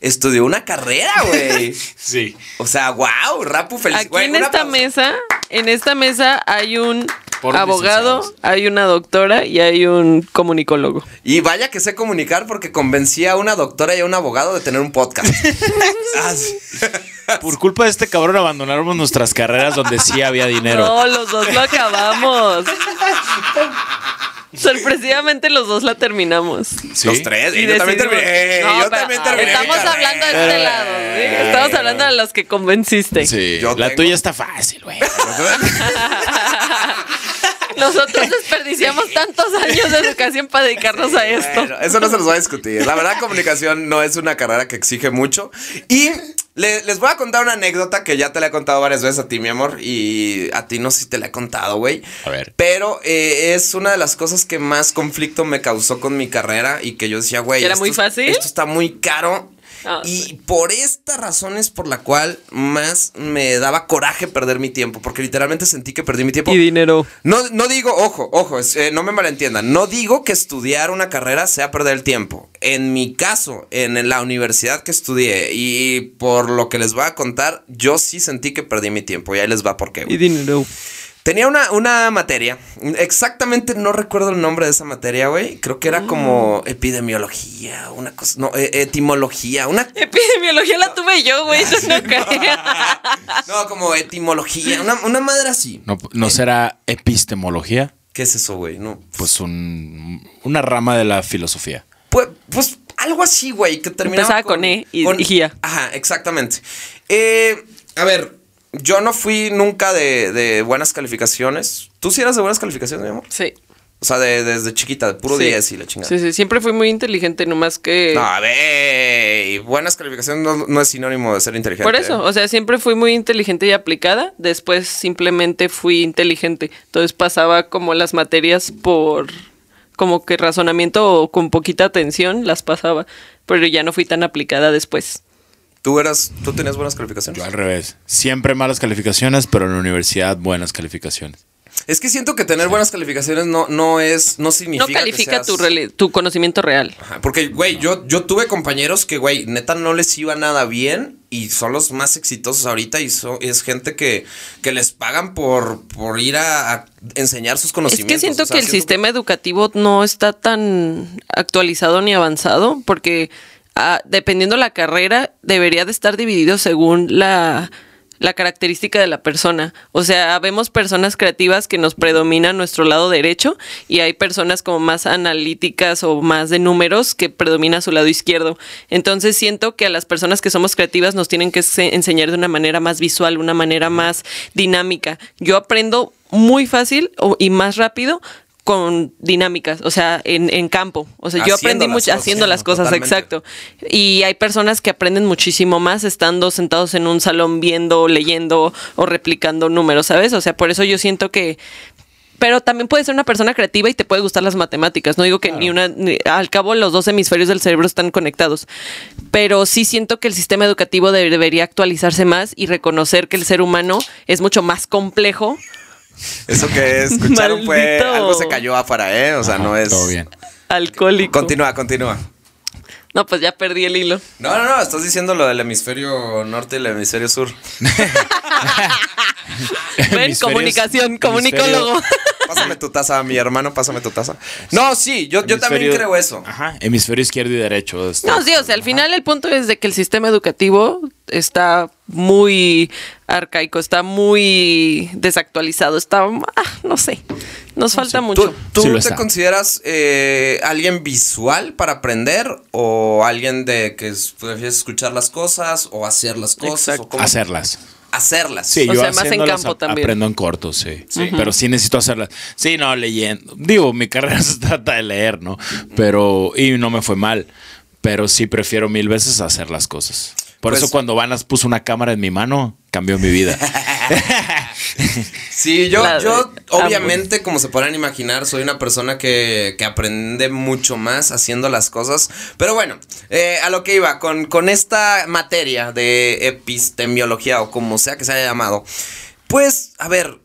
estudió una carrera, güey.
sí.
O sea, wow, Rapu feliz.
Aquí
güey,
en
un
esta
aplauso.
mesa, en esta mesa hay un
Por
abogado,
licenciados.
hay una doctora y hay un comunicólogo.
Y vaya que sé comunicar porque convencí a una doctora y a un abogado de tener un podcast. Ah, sí.
Por culpa de este cabrón abandonamos nuestras carreras donde sí había dinero.
No, los dos lo acabamos. Sorpresivamente los dos la terminamos.
¿Sí?
Los tres. Y yo
decidimos-
también terminé. eh,
No,
yo
pero
también terminé. Eh, mi
Estamos
carrera.
hablando de este lado. ¿sí? Estamos
eh,
hablando de los que convenciste.
Sí.
Yo
La
tengo-
tuya está fácil, güey.
Nosotros desperdiciamos tantos años de educación para dedicarnos a esto.
Bueno, eso no se los voy a discutir. La verdad, comunicación no es una carrera que exige mucho. Y le- les voy a contar una anécdota que ya te la he contado varias veces a ti, mi amor. Y a ti no sé si te la he contado, güey.
A ver.
Pero eh, es una de las cosas que más conflicto me causó con mi carrera y que yo decía, güey.
¿Era
esto
muy
es-
fácil?
Esto está muy caro.
Ah,
y
sí.
por esta razón es por la cual más me daba coraje perder mi tiempo, porque literalmente sentí que perdí mi tiempo.
Y dinero.
No, no digo, ojo, ojo, es- eh, no me malentiendan, no digo que estudiar una carrera sea perder el tiempo. En mi caso, en la universidad que estudié y por lo que les voy a contar, yo sí sentí que perdí mi tiempo y ahí les va por qué. güey.
Y dinero.
Tenía una, una materia, exactamente no recuerdo el nombre de esa materia, güey. Creo que era como epidemiología, una cosa, no, e- etimología, una...
Epidemiología la tuve yo, güey. Eso no cae.
No, como etimología, una, una madre así.
¿No, no será epistemología?
¿Qué es eso, güey? No,
Pues un, una rama de la filosofía.
Pues, pues algo así, güey, que terminaba
Empezaba con E y- y Gia.
Ajá, exactamente. Eh, a ver, yo no fui nunca de, de buenas calificaciones. ¿Tú sí eras de buenas calificaciones, mi amor?
Sí.
O sea, de- desde chiquita, de puro
Sí.
10 y la chingada.
Sí, sí. Siempre fui muy inteligente, nomás que.
No, a ver, buenas calificaciones no, no es sinónimo de ser inteligente.
Por eso,
¿eh?
o sea, siempre fui muy inteligente y aplicada, después simplemente fui inteligente, entonces pasaba como las materias por como que razonamiento o con poquita atención las pasaba, pero ya no fui tan aplicada después.
¿Tú, eras, ¿Tú tenías buenas calificaciones?
Yo al revés. Siempre malas calificaciones, pero en la universidad buenas calificaciones.
Es que siento que tener buenas calificaciones no, no es, no significa
No
que
califica
seas-
tu, reli- tu conocimiento real.
Ajá, Porque, güey, yo, yo tuve compañeros que, güey, neta no les iba nada bien y son los más exitosos ahorita y so- es gente que, que les pagan por, por ir a, a enseñar sus
Es
conocimientos.
que siento
o sea,
que el sistema educativo no está tan actualizado ni avanzado, porque ah, dependiendo la carrera, debería de estar dividido según la, la característica de la persona. O sea, vemos personas creativas que nos predomina nuestro lado derecho y hay personas como más analíticas o más de números que predomina su lado izquierdo. Entonces siento que a las personas que somos creativas nos tienen que se- enseñar de una manera más visual, una manera más dinámica. Yo aprendo muy fácil o- y más rápido con dinámicas, o sea, en, en campo. O sea,
Haciendo
yo aprendí
las
mucho
cosas,
haciendo las cosas,
totalmente.
exacto. Y hay personas que aprenden muchísimo más estando sentados en un salón viendo, leyendo o replicando números, ¿sabes? O sea, por eso yo siento que... Pero también puedes ser una persona creativa y te puede gustar las matemáticas. No digo que ni una... ni- al cabo, los dos hemisferios del cerebro están conectados. Pero sí siento que el sistema educativo de- debería actualizarse más y reconocer que el ser humano es mucho más complejo
Eso que escucharon fue
Maldito.
algo se cayó afuera, ¿eh? O sea,
Ajá,
no es.
Todo bien.
alcohólico.
Continúa, continúa.
No, pues ya perdí el hilo.
No, no, no, estás diciendo lo del hemisferio norte y el hemisferio sur.
Ven,
Hemisferios-
comunicación,
hemisferio-
comunicólogo.
Pásame tu taza, mi hermano, pásame tu taza. No, sí, yo, yo también
Hemisferio-
creo eso.
Ajá. Hemisferio izquierdo y derecho. está-
No, sí, o sea, al final el punto es de que el sistema educativo está muy arcaico, está muy desactualizado, está, ah, no sé, nos falta mucho.
¿Tú, tú
Sí lo
te
está.
consideras eh, alguien visual para aprender o alguien de que es- prefieres escuchar las cosas o hacer las cosas? O
Exacto.
cómo-
Hacerlas.
Hacerlas.
Sí,
O
yo
sea, más en
haciéndolas
campo
ap-
también.
Aprendo en corto, sí. Pero sí necesito hacerlas. Sí, no, leyendo. Digo, mi carrera se trata de leer, ¿no? Pero, y no me fue mal. Pero sí prefiero mil veces hacer las cosas. Por
Pues-
eso cuando Vanas puso una cámara en mi mano, cambió mi vida.
Sí, yo,
La-
yo
amo.
obviamente, como se podrán imaginar, soy una persona que, que aprende mucho más haciendo las cosas. Pero bueno, eh, a lo que iba, con, con esta materia de epistemiología o como sea que se haya llamado, pues, a ver,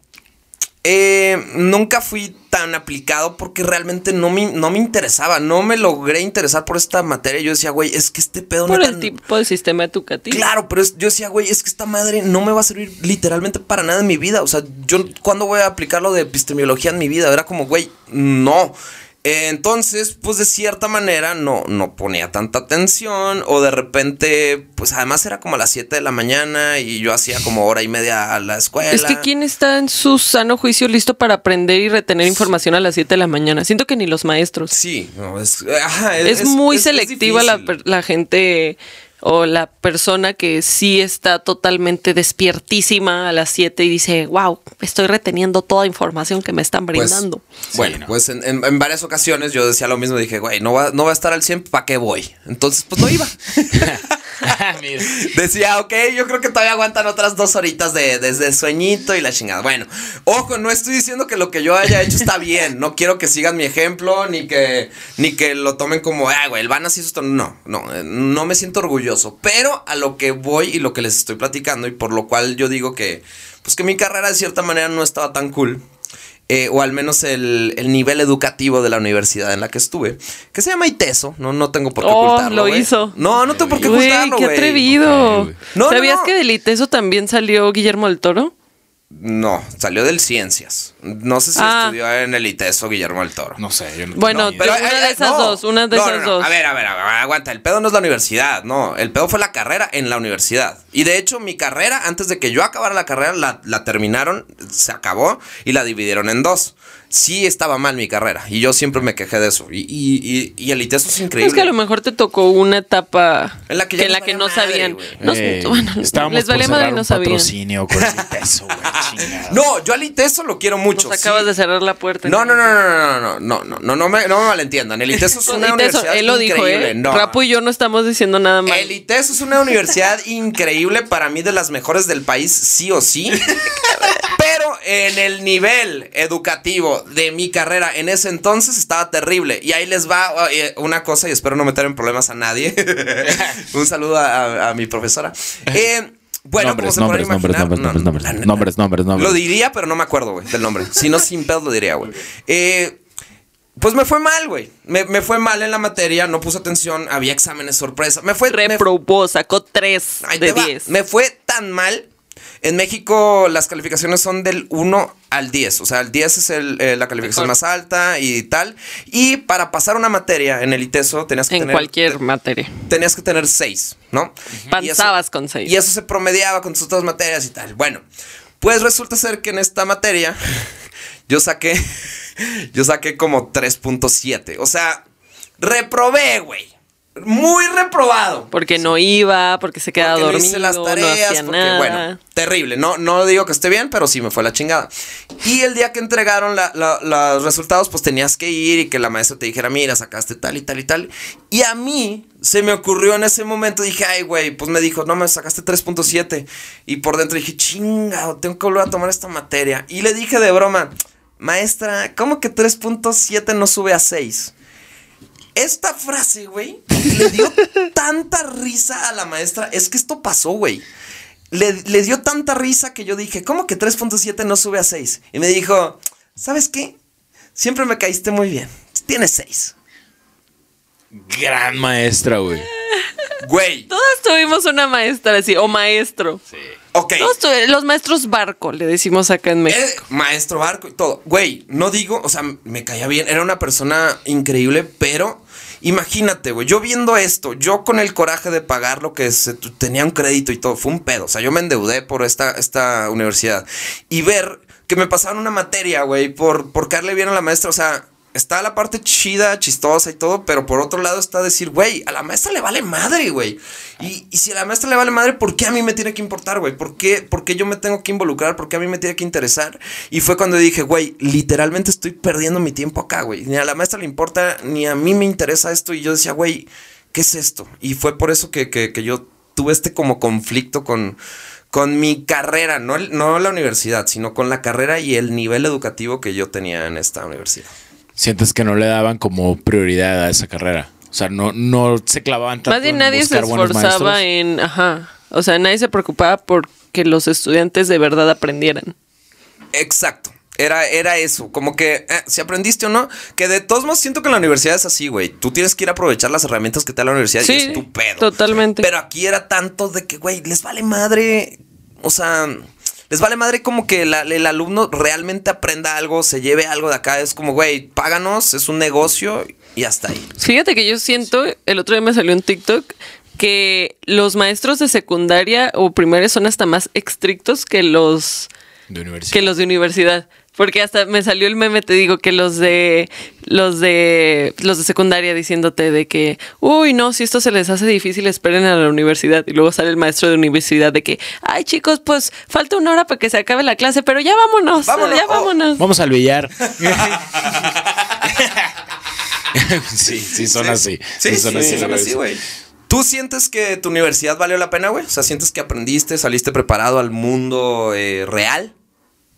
eh, nunca fui tan aplicado porque realmente no me, no me interesaba, no me logré interesar por esta materia. Yo decía, güey, es que este pedo
Por
neta
el tipo de sistema educativo.
Claro, pero es- yo decía, güey, es que esta madre no me va a servir literalmente para nada en mi vida. O sea, yo, ¿cuándo voy a aplicar lo de epistemología en mi vida? Era como, güey, no. Eh, Entonces, pues de cierta manera no, no ponía tanta atención o de repente, pues además era como a las 7 de la mañana y yo hacía como hora y media a la escuela.
Es que quién está en su sano juicio listo para aprender y retener información a las 7 de la mañana. Siento que ni los maestros.
Sí, no, es, ajá,
es, muy selectiva la,
difícil.
per- la gente o la persona que sí está totalmente despiertísima a las 7 y dice, wow, estoy reteniendo toda información que me están
Pues,
brindando.
bueno,
Sí, no.
pues en, en- en varias ocasiones yo decía lo mismo, dije, güey, no va, no va a estar al 100, ¿para qué voy? Entonces, pues no iba.
Mira.
Decía, ok, yo creo que todavía aguantan otras dos horitas de, desde sueñito y la chingada. Bueno, ojo, no estoy diciendo que lo que yo haya hecho está bien. No quiero que sigan mi ejemplo, ni que, ni que lo tomen como, ah, güey, el van así esto. No, no, eh, no me siento orgulloso. Pero a lo que voy y lo que les estoy platicando, y por lo cual yo digo que, pues que mi carrera de cierta manera no estaba tan cool. eh, o al menos el, el nivel educativo de la universidad en la que estuve, que se llama ITESO, no, no tengo por qué
Oh,
ocultarlo.
lo
güey.
hizo.
No, no tengo por qué
Güey,
ocultarlo,
qué
güey.
atrevido.
Ok, güey.
No, no,
¿Sabías
no.
que del ITESO también salió Guillermo del Toro?
No, salió del Ciencias. No sé si
Ah.
estudió en el ITESO Guillermo del Toro.
No sé, yo no
Bueno,
tengo
pero-
idea.
una de esas dos, una de
No,
esas
no, no.
dos.
A ver, a ver, a ver, aguanta. El pedo no es la universidad, no. El pedo fue la carrera en la universidad. Y de hecho, mi carrera, antes de que yo acabara la carrera, la, la terminaron, se acabó y la dividieron en dos. Sí estaba mal mi carrera y yo siempre me quejé de eso. Y, y- y- y el ITESO es increíble.
Es que a lo mejor te tocó una etapa
En la que ya les valía
no
madre,
sabían.
güey.
No,
Ey,
bueno,
estábamos
les valía
por
madre
cerrar
y no
un
sabían.
patrocinio con el peso, güey, chingada.
No, yo al ITESO lo quiero mucho.
Nos acabas
sí.
de cerrar la puerta.
No, no, no, no, no, no, no, no, no, no me, no me malentiendan. El ITESO es una
Y te- eso,
universidad
E él lo dijo,
increíble.
¿eh?
No.
Rapu y yo no estamos diciendo nada mal.
El ITES es una universidad increíble para mí de las mejores del país, sí o sí. Pero en el nivel educativo de mi carrera en ese entonces estaba terrible. Y ahí les va eh, una cosa y espero no meter en problemas a nadie. Un saludo a, a- a mi profesora. Eh, bueno,
nombres,
como se podrán
nombres, nombres,
imaginar,
nombres,
no,
nombres,
la
nombres,
neta,
nombres, nombres, nombres.
lo diría, pero no me acuerdo, güey, del nombre. Si no, sin pedos lo diría, güey. Eh, pues me fue mal, güey. Me, me fue mal en la materia, no puse atención, había exámenes sorpresa. Me fue... pues, me-
Reprobó, sacó 3
ahí te
de
va.
10.
Me fue tan mal. En México las calificaciones son del 1 al 10. O sea, el 10 es el, eh, la calificación más alta y tal. Y para pasar una materia en el ITESO tenías que
En
tener...
cualquier materia.
Tenías que tener 6, ¿no? Y eso-
Panzabas con seis.
Y eso se promediaba con tus otras materias y tal. Bueno, pues resulta ser que en esta materia yo saqué, yo saqué como 3.7. O sea, reprobé, güey. Muy reprobado.
Porque no iba, porque se quedaba
Porque no
dormido,
hice las
no
tareas,
hacía
porque,
nada.
bueno, terrible. No, no digo que esté bien, pero sí me fue la chingada. Y el día que entregaron la- la- los resultados, pues tenías que ir y que la maestra te dijera, mira, sacaste tal y tal y tal. Y a mí se me ocurrió en ese momento, dije, ay, güey, pues me dijo, no, me sacaste 3.7. Y por dentro dije, chingado, tengo que volver a tomar esta materia. Y le dije de broma, maestra, ¿cómo que 3.7 no sube a 6? Esta frase, güey, le dio tanta risa a la maestra. Es que esto pasó, güey. Le, le dio tanta risa que yo dije, ¿cómo que 3.7 no sube a 6? Y me dijo, ¿sabes qué? Siempre me caíste muy bien. Tienes 6.
Gran maestra, güey.
Güey,
Todas tuvimos una maestra así, o maestro.
ok.
Todos tuve- los maestros barco, le decimos acá en México.
Eh, maestro Barco y todo. Güey, no digo, o sea, me caía bien. Era una persona increíble, pero imagínate, güey, yo viendo esto, yo con el coraje de pagar lo que se tu- tenía un crédito y todo, fue un pedo. O sea, yo me endeudé por esta, esta universidad. Y ver que me pasaban una materia, güey, por, por caerle bien a la maestra, o sea. Está la parte chida, chistosa y todo, pero por otro lado está decir, güey, a la maestra le vale madre, güey. Y, y si a la maestra le vale madre, ¿por qué a mí me tiene que importar, güey? ¿Por qué, por qué yo me tengo que involucrar? ¿Por qué a mí me tiene que interesar? Y fue cuando dije, güey, literalmente estoy perdiendo mi tiempo acá, güey. Ni a la maestra le importa, ni a mí me interesa esto. Y yo decía, güey, ¿qué es esto? Y fue por eso que, que- que yo tuve este como conflicto con, con mi carrera, no, el- no la universidad, sino con la carrera y el nivel educativo que yo tenía en esta universidad.
Sientes que no le daban como prioridad a esa carrera. O sea, no, no se clavaban tanto.
Más bien
en
nadie se
buscar buenos maestros.
esforzaba en. Ajá. O sea, nadie se preocupaba porque los estudiantes de verdad aprendieran.
Exacto. Era, era eso, como que eh, si aprendiste o no, que de todos modos siento que en la universidad es así, güey. Tú tienes que ir a aprovechar las herramientas que te da la universidad y
Sí,
es tu pedo.
totalmente.
Pero aquí era tanto de que, güey, les vale madre. O sea, les vale madre como que la- el alumno realmente aprenda algo, se lleve algo de acá. Es como, güey, páganos, es un negocio y hasta ahí.
Fíjate que yo siento, el otro día me salió un TikTok, que los maestros de secundaria o primaria son hasta más estrictos que los,
De universidad.
que los de universidad. Porque hasta me salió el meme, te digo, que los de los de los de secundaria diciéndote de que, uy, no, si esto se les hace difícil, esperen a la universidad. Y luego sale el maestro de universidad de que, ay, chicos, pues falta una hora para que se acabe la clase, pero ya vámonos,
Vámonos,
ya
oh.
vámonos.
Vamos al billar. sí, sí, son así.
Sí,
son
sí,
así,
son
güey.
así, güey. ¿Tú sientes que tu universidad valió la pena, güey? O sea, ¿sientes que aprendiste, saliste preparado al mundo eh, real?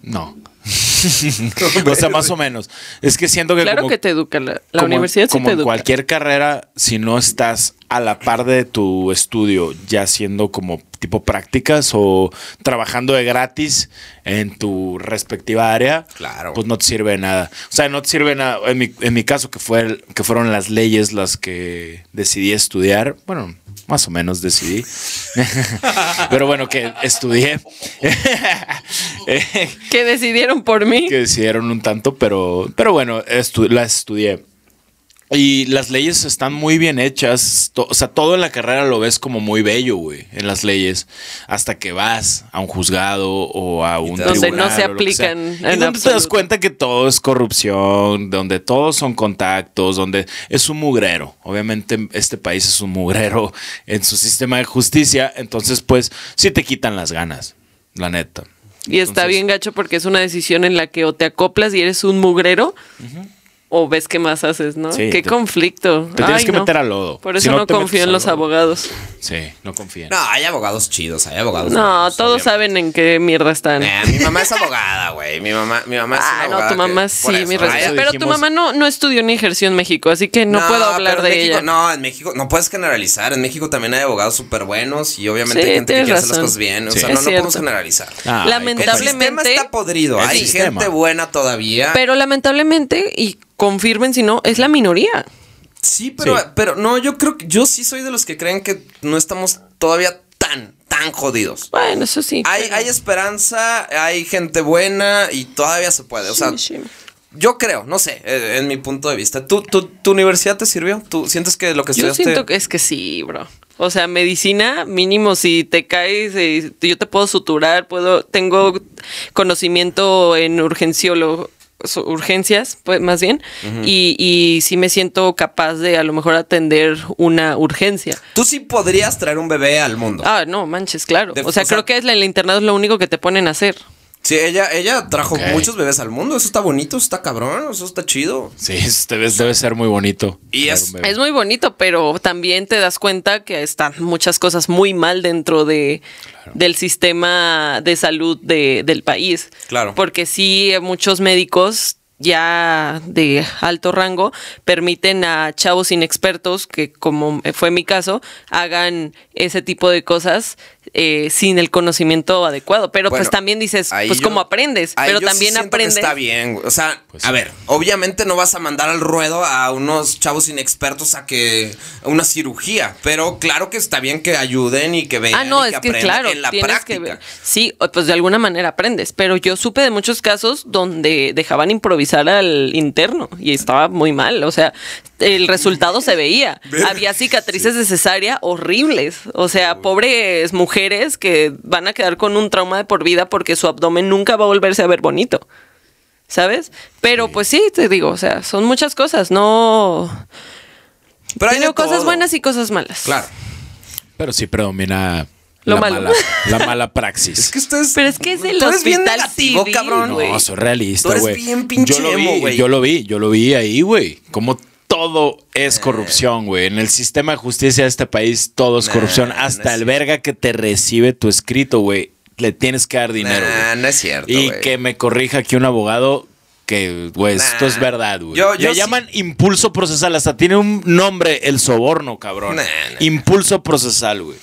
No. o sea, más o menos. Es que siento que.
Claro
como-
que te educa. La, la
como en-
universidad sí
como
te
en
educa.
cualquier carrera, si no estás a la par de tu estudio, ya haciendo como tipo prácticas o trabajando de gratis en tu respectiva área,
Claro.
pues no te sirve de nada. O sea, no te sirve de nada. En mi, en mi caso, que, fue el- que fueron las leyes las que decidí estudiar, bueno, más o menos decidí. Pero bueno, que estudié. Eh,
Que decidieron por mí.
que decidieron un tanto, pero, pero bueno, estu- las estudié. Y las leyes están muy bien hechas. to- o sea, todo en la carrera lo ves como muy bello, güey, en las leyes. Hasta que vas a un juzgado o a un.
Donde no
tribunal
se
o lo que sea.
aplican
Y
en
donde te das
absoluto.
cuenta que todo es corrupción, donde todos son contactos, donde es un mugrero. Obviamente, este país es un mugrero en su sistema de justicia. Entonces, pues, sí te quitan las ganas, la neta.
Y está
Entonces-
bien gacho porque es una decisión en la que o te acoplas y eres un mugrero o ves qué más haces, ¿no?
Sí,
qué
te-
conflicto.
te tienes
Ay,
que
no.
meter al lodo.
Por eso
Si no,
no
te metes
confío en
al
los
lodo.
abogados.
Sí, no confían.
No, hay abogados chidos, hay abogados.
No,
buenos,
todos
obviamente.
saben en qué mierda están.
Eh, mi mamá es abogada, güey. Mi mamá, mi mamá es una
Ah, no,
abogada
tu mamá
que-
sí,
por eso,
mi
¿no?
respeto.
Eso
Pero tu
dijimos.
mamá no, no estudió ni ejerció en México, así que no, puedo hablar
pero
de
en México-
ella.
No, en México no puedes generalizar. En México también hay abogados súper buenos y obviamente
Sí,
hay gente que
tienes
quiere hacer las
razón.
cosas bien. O
Sí.
sea,
Es
no, no podemos
cierto.
generalizar.
Ah, ay,
El
Lamentablemente-
sistema está Ah. podrido.
El
Hay
sistema.
gente buena todavía.
Pero lamentablemente, y confirmen si no, es la minoría.
sí, pero,
Sí.
pero no, yo creo que yo sí soy de los que creen que no estamos todavía tan, tan jodidos.
Bueno, eso sí.
Hay, hay esperanza, hay gente buena y todavía se puede. O sea,
Sí, sí.
yo creo, no sé, eh, en mi punto de vista. ¿Tú, tú, tu universidad te sirvió? ¿Tú sientes que lo que
Yo
estudiaste?
siento que es que sí, bro. O sea, medicina, mínimo, si te caes, eh, yo te puedo suturar, puedo, tengo conocimiento en urgenciólogo, su- urgencias, pues más bien, y, y sí me siento capaz de a lo mejor atender una urgencia.
Tú sí podrías traer un bebé al mundo.
Ah, no, manches, claro.
De-
o sea,
o sea-
creo que es la- el internado es lo único que te ponen a hacer.
Sí, ella, ella trajo
Ok.
muchos bebés al mundo. Eso está bonito, eso está cabrón, eso está chido.
Sí, es- debe, debe ser muy bonito.
Y
Claro,
es-
bebé.
Es muy bonito, pero también te das cuenta que están muchas cosas muy mal dentro de, del sistema de salud de- del país.
Claro.
Porque sí, eh, muchos médicos ya de alto rango permiten a chavos inexpertos, que como fue mi caso, hagan ese tipo de cosas eh, sin el conocimiento adecuado. Pero
Bueno,
pues también dices,
ahí
pues
yo-
como aprendes,
ahí
pero
yo sí
también
siento que
aprendes.
Está bien, güey. O sea,
Pues
a
sí.
ver, obviamente no vas a mandar al ruedo a unos chavos inexpertos a que a una cirugía, pero claro que está bien que ayuden y que vean
Ah, no,
y
es que
aprendan
claro,
en la
tienes
práctica.
que ver. Sí, o- pues de alguna manera aprendes, pero yo supe de muchos casos donde dejaban improvisar al interno y estaba muy mal, o sea, el resultado se veía. Había cicatrices de cesárea horribles, o sea, pobres mujeres que van a quedar con un trauma de por vida porque su abdomen nunca va a volverse a ver bonito. ¿Sabes? Pero pues sí, te digo, o sea, son muchas cosas, no...
Pero hay de
Tiene cosas
todo.
buenas y cosas malas.
Claro.
Pero sí predomina
Lo
la,
malo.
mala, la mala
Es
praxis.
que ustedes.
Pero es que es el
tú eres bien
hospital
negativo,
civil,
cabrón.
güey.
No, soy realista,
Tú
güey.
eres bien pinche
yo lo vi,
emo, güey.
yo lo vi, yo lo vi ahí, güey. Como todo
Eh.
es corrupción, güey. En el sistema de justicia de este país todo es
Nah,
corrupción.
no
Hasta
es
el
cierto.
verga que te recibe tu escrito, güey. Le tienes que dar dinero.
Nah,
güey.
no es cierto,
Y
güey.
que me corrija aquí un abogado que, güey, esto
Nah.
es verdad, güey.
Yo- yo
Le
sí-
llaman impulso procesal. Hasta tiene un nombre el soborno, cabrón.
Nah, nah.
Impulso procesal, güey.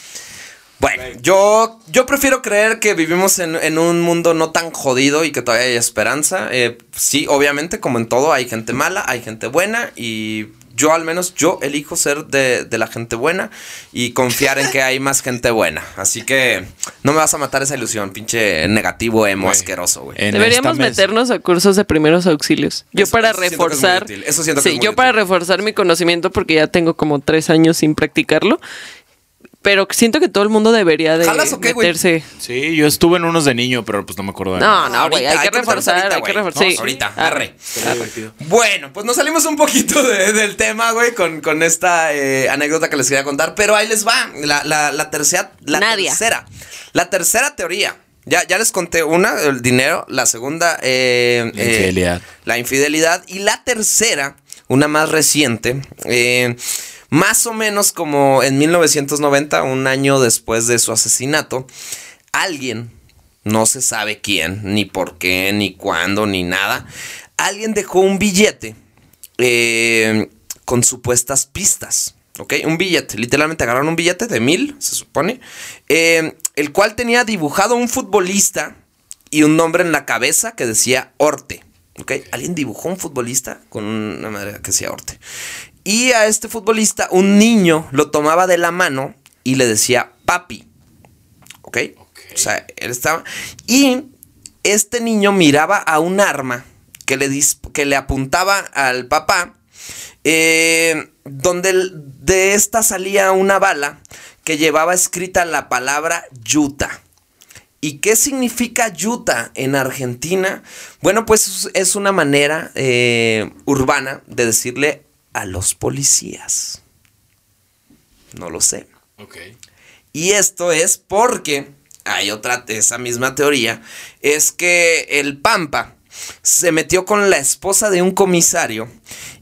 Bueno, yo, yo prefiero creer que vivimos en, en un mundo no tan jodido y que todavía hay esperanza. Eh, sí, obviamente, como en todo, hay gente mala, hay gente buena y yo al menos, yo elijo ser de, de la gente buena y confiar en que hay más gente buena. Así que no me vas a matar esa ilusión, pinche negativo, emo,
Güey.
asqueroso, güey.
En
Deberíamos
esta mesa-
meternos a cursos de primeros auxilios. Yo
Eso-
para
eso siento que es muy
reforzar.
útil, eso siento que
sí,
es muy
yo para
útil.
reforzar mi conocimiento porque ya tengo como tres años sin practicarlo. Pero siento que todo el mundo debería de
¿Jalas o qué, güey?
meterse.
Sí, yo estuve en unos de niño, pero pues no me acuerdo de
No, no,
Ahorita,
güey, hay, que
meternos
reforzar,
ahorita,
hay que
güey.
reforzar.
No,
sí.
Ahorita,
Ah,
arre. Bueno, pues nos salimos un poquito de- del tema, güey, con, con esta eh, anécdota que les quería contar. Pero ahí les va, la, la, la tercera. La
Nadia.
tercera. La tercera teoría. Ya, ya les conté una, el dinero. La segunda, eh,
La
eh,
infidelidad.
la infidelidad. Y la tercera, una más reciente. eh, Más o menos como en 1990, un año después de su asesinato, alguien, no se sabe quién, ni por qué, ni cuándo, ni nada, alguien dejó un billete eh, con supuestas pistas. ¿Ok? Un billete, literalmente agarraron un billete de mil, se supone, eh, el cual tenía dibujado un futbolista y un nombre en la cabeza que decía Orte. ¿Ok? Alguien dibujó un futbolista con una madre que decía Orte. Y a este futbolista, un niño lo tomaba de la mano y le decía papi. ¿Ok? O sea, él estaba. Y este niño miraba a un arma que le, dis- que le apuntaba al papá, eh, donde el- de esta salía una bala que llevaba escrita la palabra yuta. ¿Y qué significa yuta en Argentina? Bueno, pues es- es una manera eh, urbana de decirle a los policías. No lo sé.
Ok.
Y esto es porque, hay otra, esa misma teoría, es que el Pampa se metió con la esposa de un comisario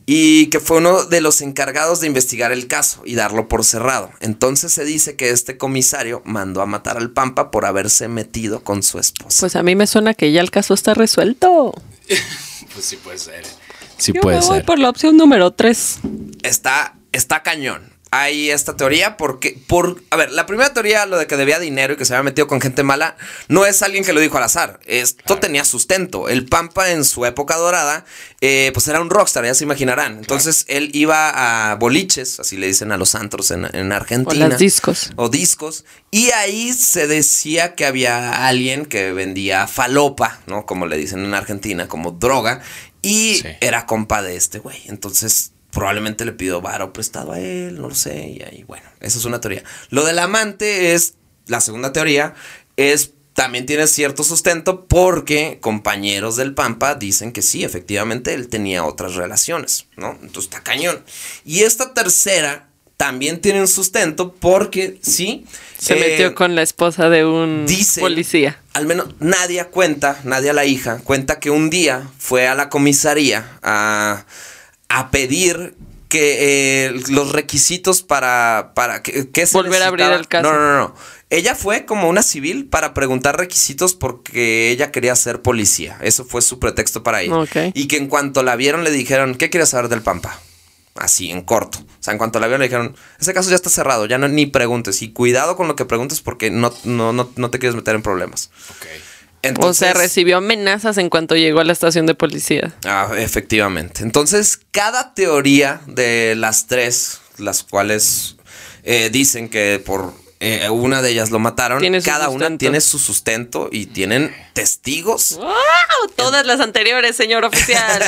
y que fue uno de los encargados de investigar el caso y darlo por cerrado. Entonces se dice que este comisario mandó a matar al Pampa por haberse metido con su esposa.
Pues a mí me suena que ya el caso está resuelto.
Pues sí puede ser. Sí
Yo
puede
me voy
ser.
por la opción número 3.
Está, está cañón. Hay esta teoría porque, por, a ver, la primera teoría, lo de que debía dinero y que se había metido con gente mala, no es alguien que lo dijo al azar. Esto tenía sustento. El Pampa en su época dorada, eh, pues era un rockstar, ya se imaginarán. Entonces él iba a boliches, así le dicen a los antros en, en
O
Argentina.
las discos.
O discos. Y ahí se decía que había alguien que vendía falopa, ¿no? Como le dicen en Argentina, como droga. Y
Sí.
era compa de este güey. Entonces, probablemente le pidió varo prestado a él, no lo sé. Y ahí, bueno, esa es una teoría. Lo del amante es, la segunda teoría, es... También tiene cierto sustento porque compañeros del Pampa dicen que sí, efectivamente él tenía otras relaciones, ¿no? Entonces está cañón. Y esta tercera también tiene un sustento porque sí.
Se
eh,
metió con la esposa de un
dice-
policía.
Al menos Nadia cuenta, Nadia la hija, cuenta que un día fue a la comisaría a, a pedir que eh, los requisitos para, para que, que se
Volver a abrir
necesitaba-
el caso.
No, no, no, no. Ella fue como una civil para preguntar requisitos porque ella quería ser policía. Eso fue su pretexto para ir.
Ok.
Y que en cuanto la vieron le dijeron, ¿qué quieres saber del Pampa? Así, en corto. O sea, en cuanto la vieron le dijeron, ese caso ya está cerrado, ya no, ni preguntes. Y cuidado con lo que preguntes porque no, no, no, no te quieres meter en problemas. Entonces,
o sea, recibió amenazas en cuanto llegó a la estación de policía.
Ah, efectivamente. Entonces, cada teoría de las tres, las cuales eh, dicen que por eh, una de ellas lo mataron,
Tiene su
cada una
sustento.
tiene su sustento y tienen testigos.
¡Wow! Todas las anteriores, señor oficial.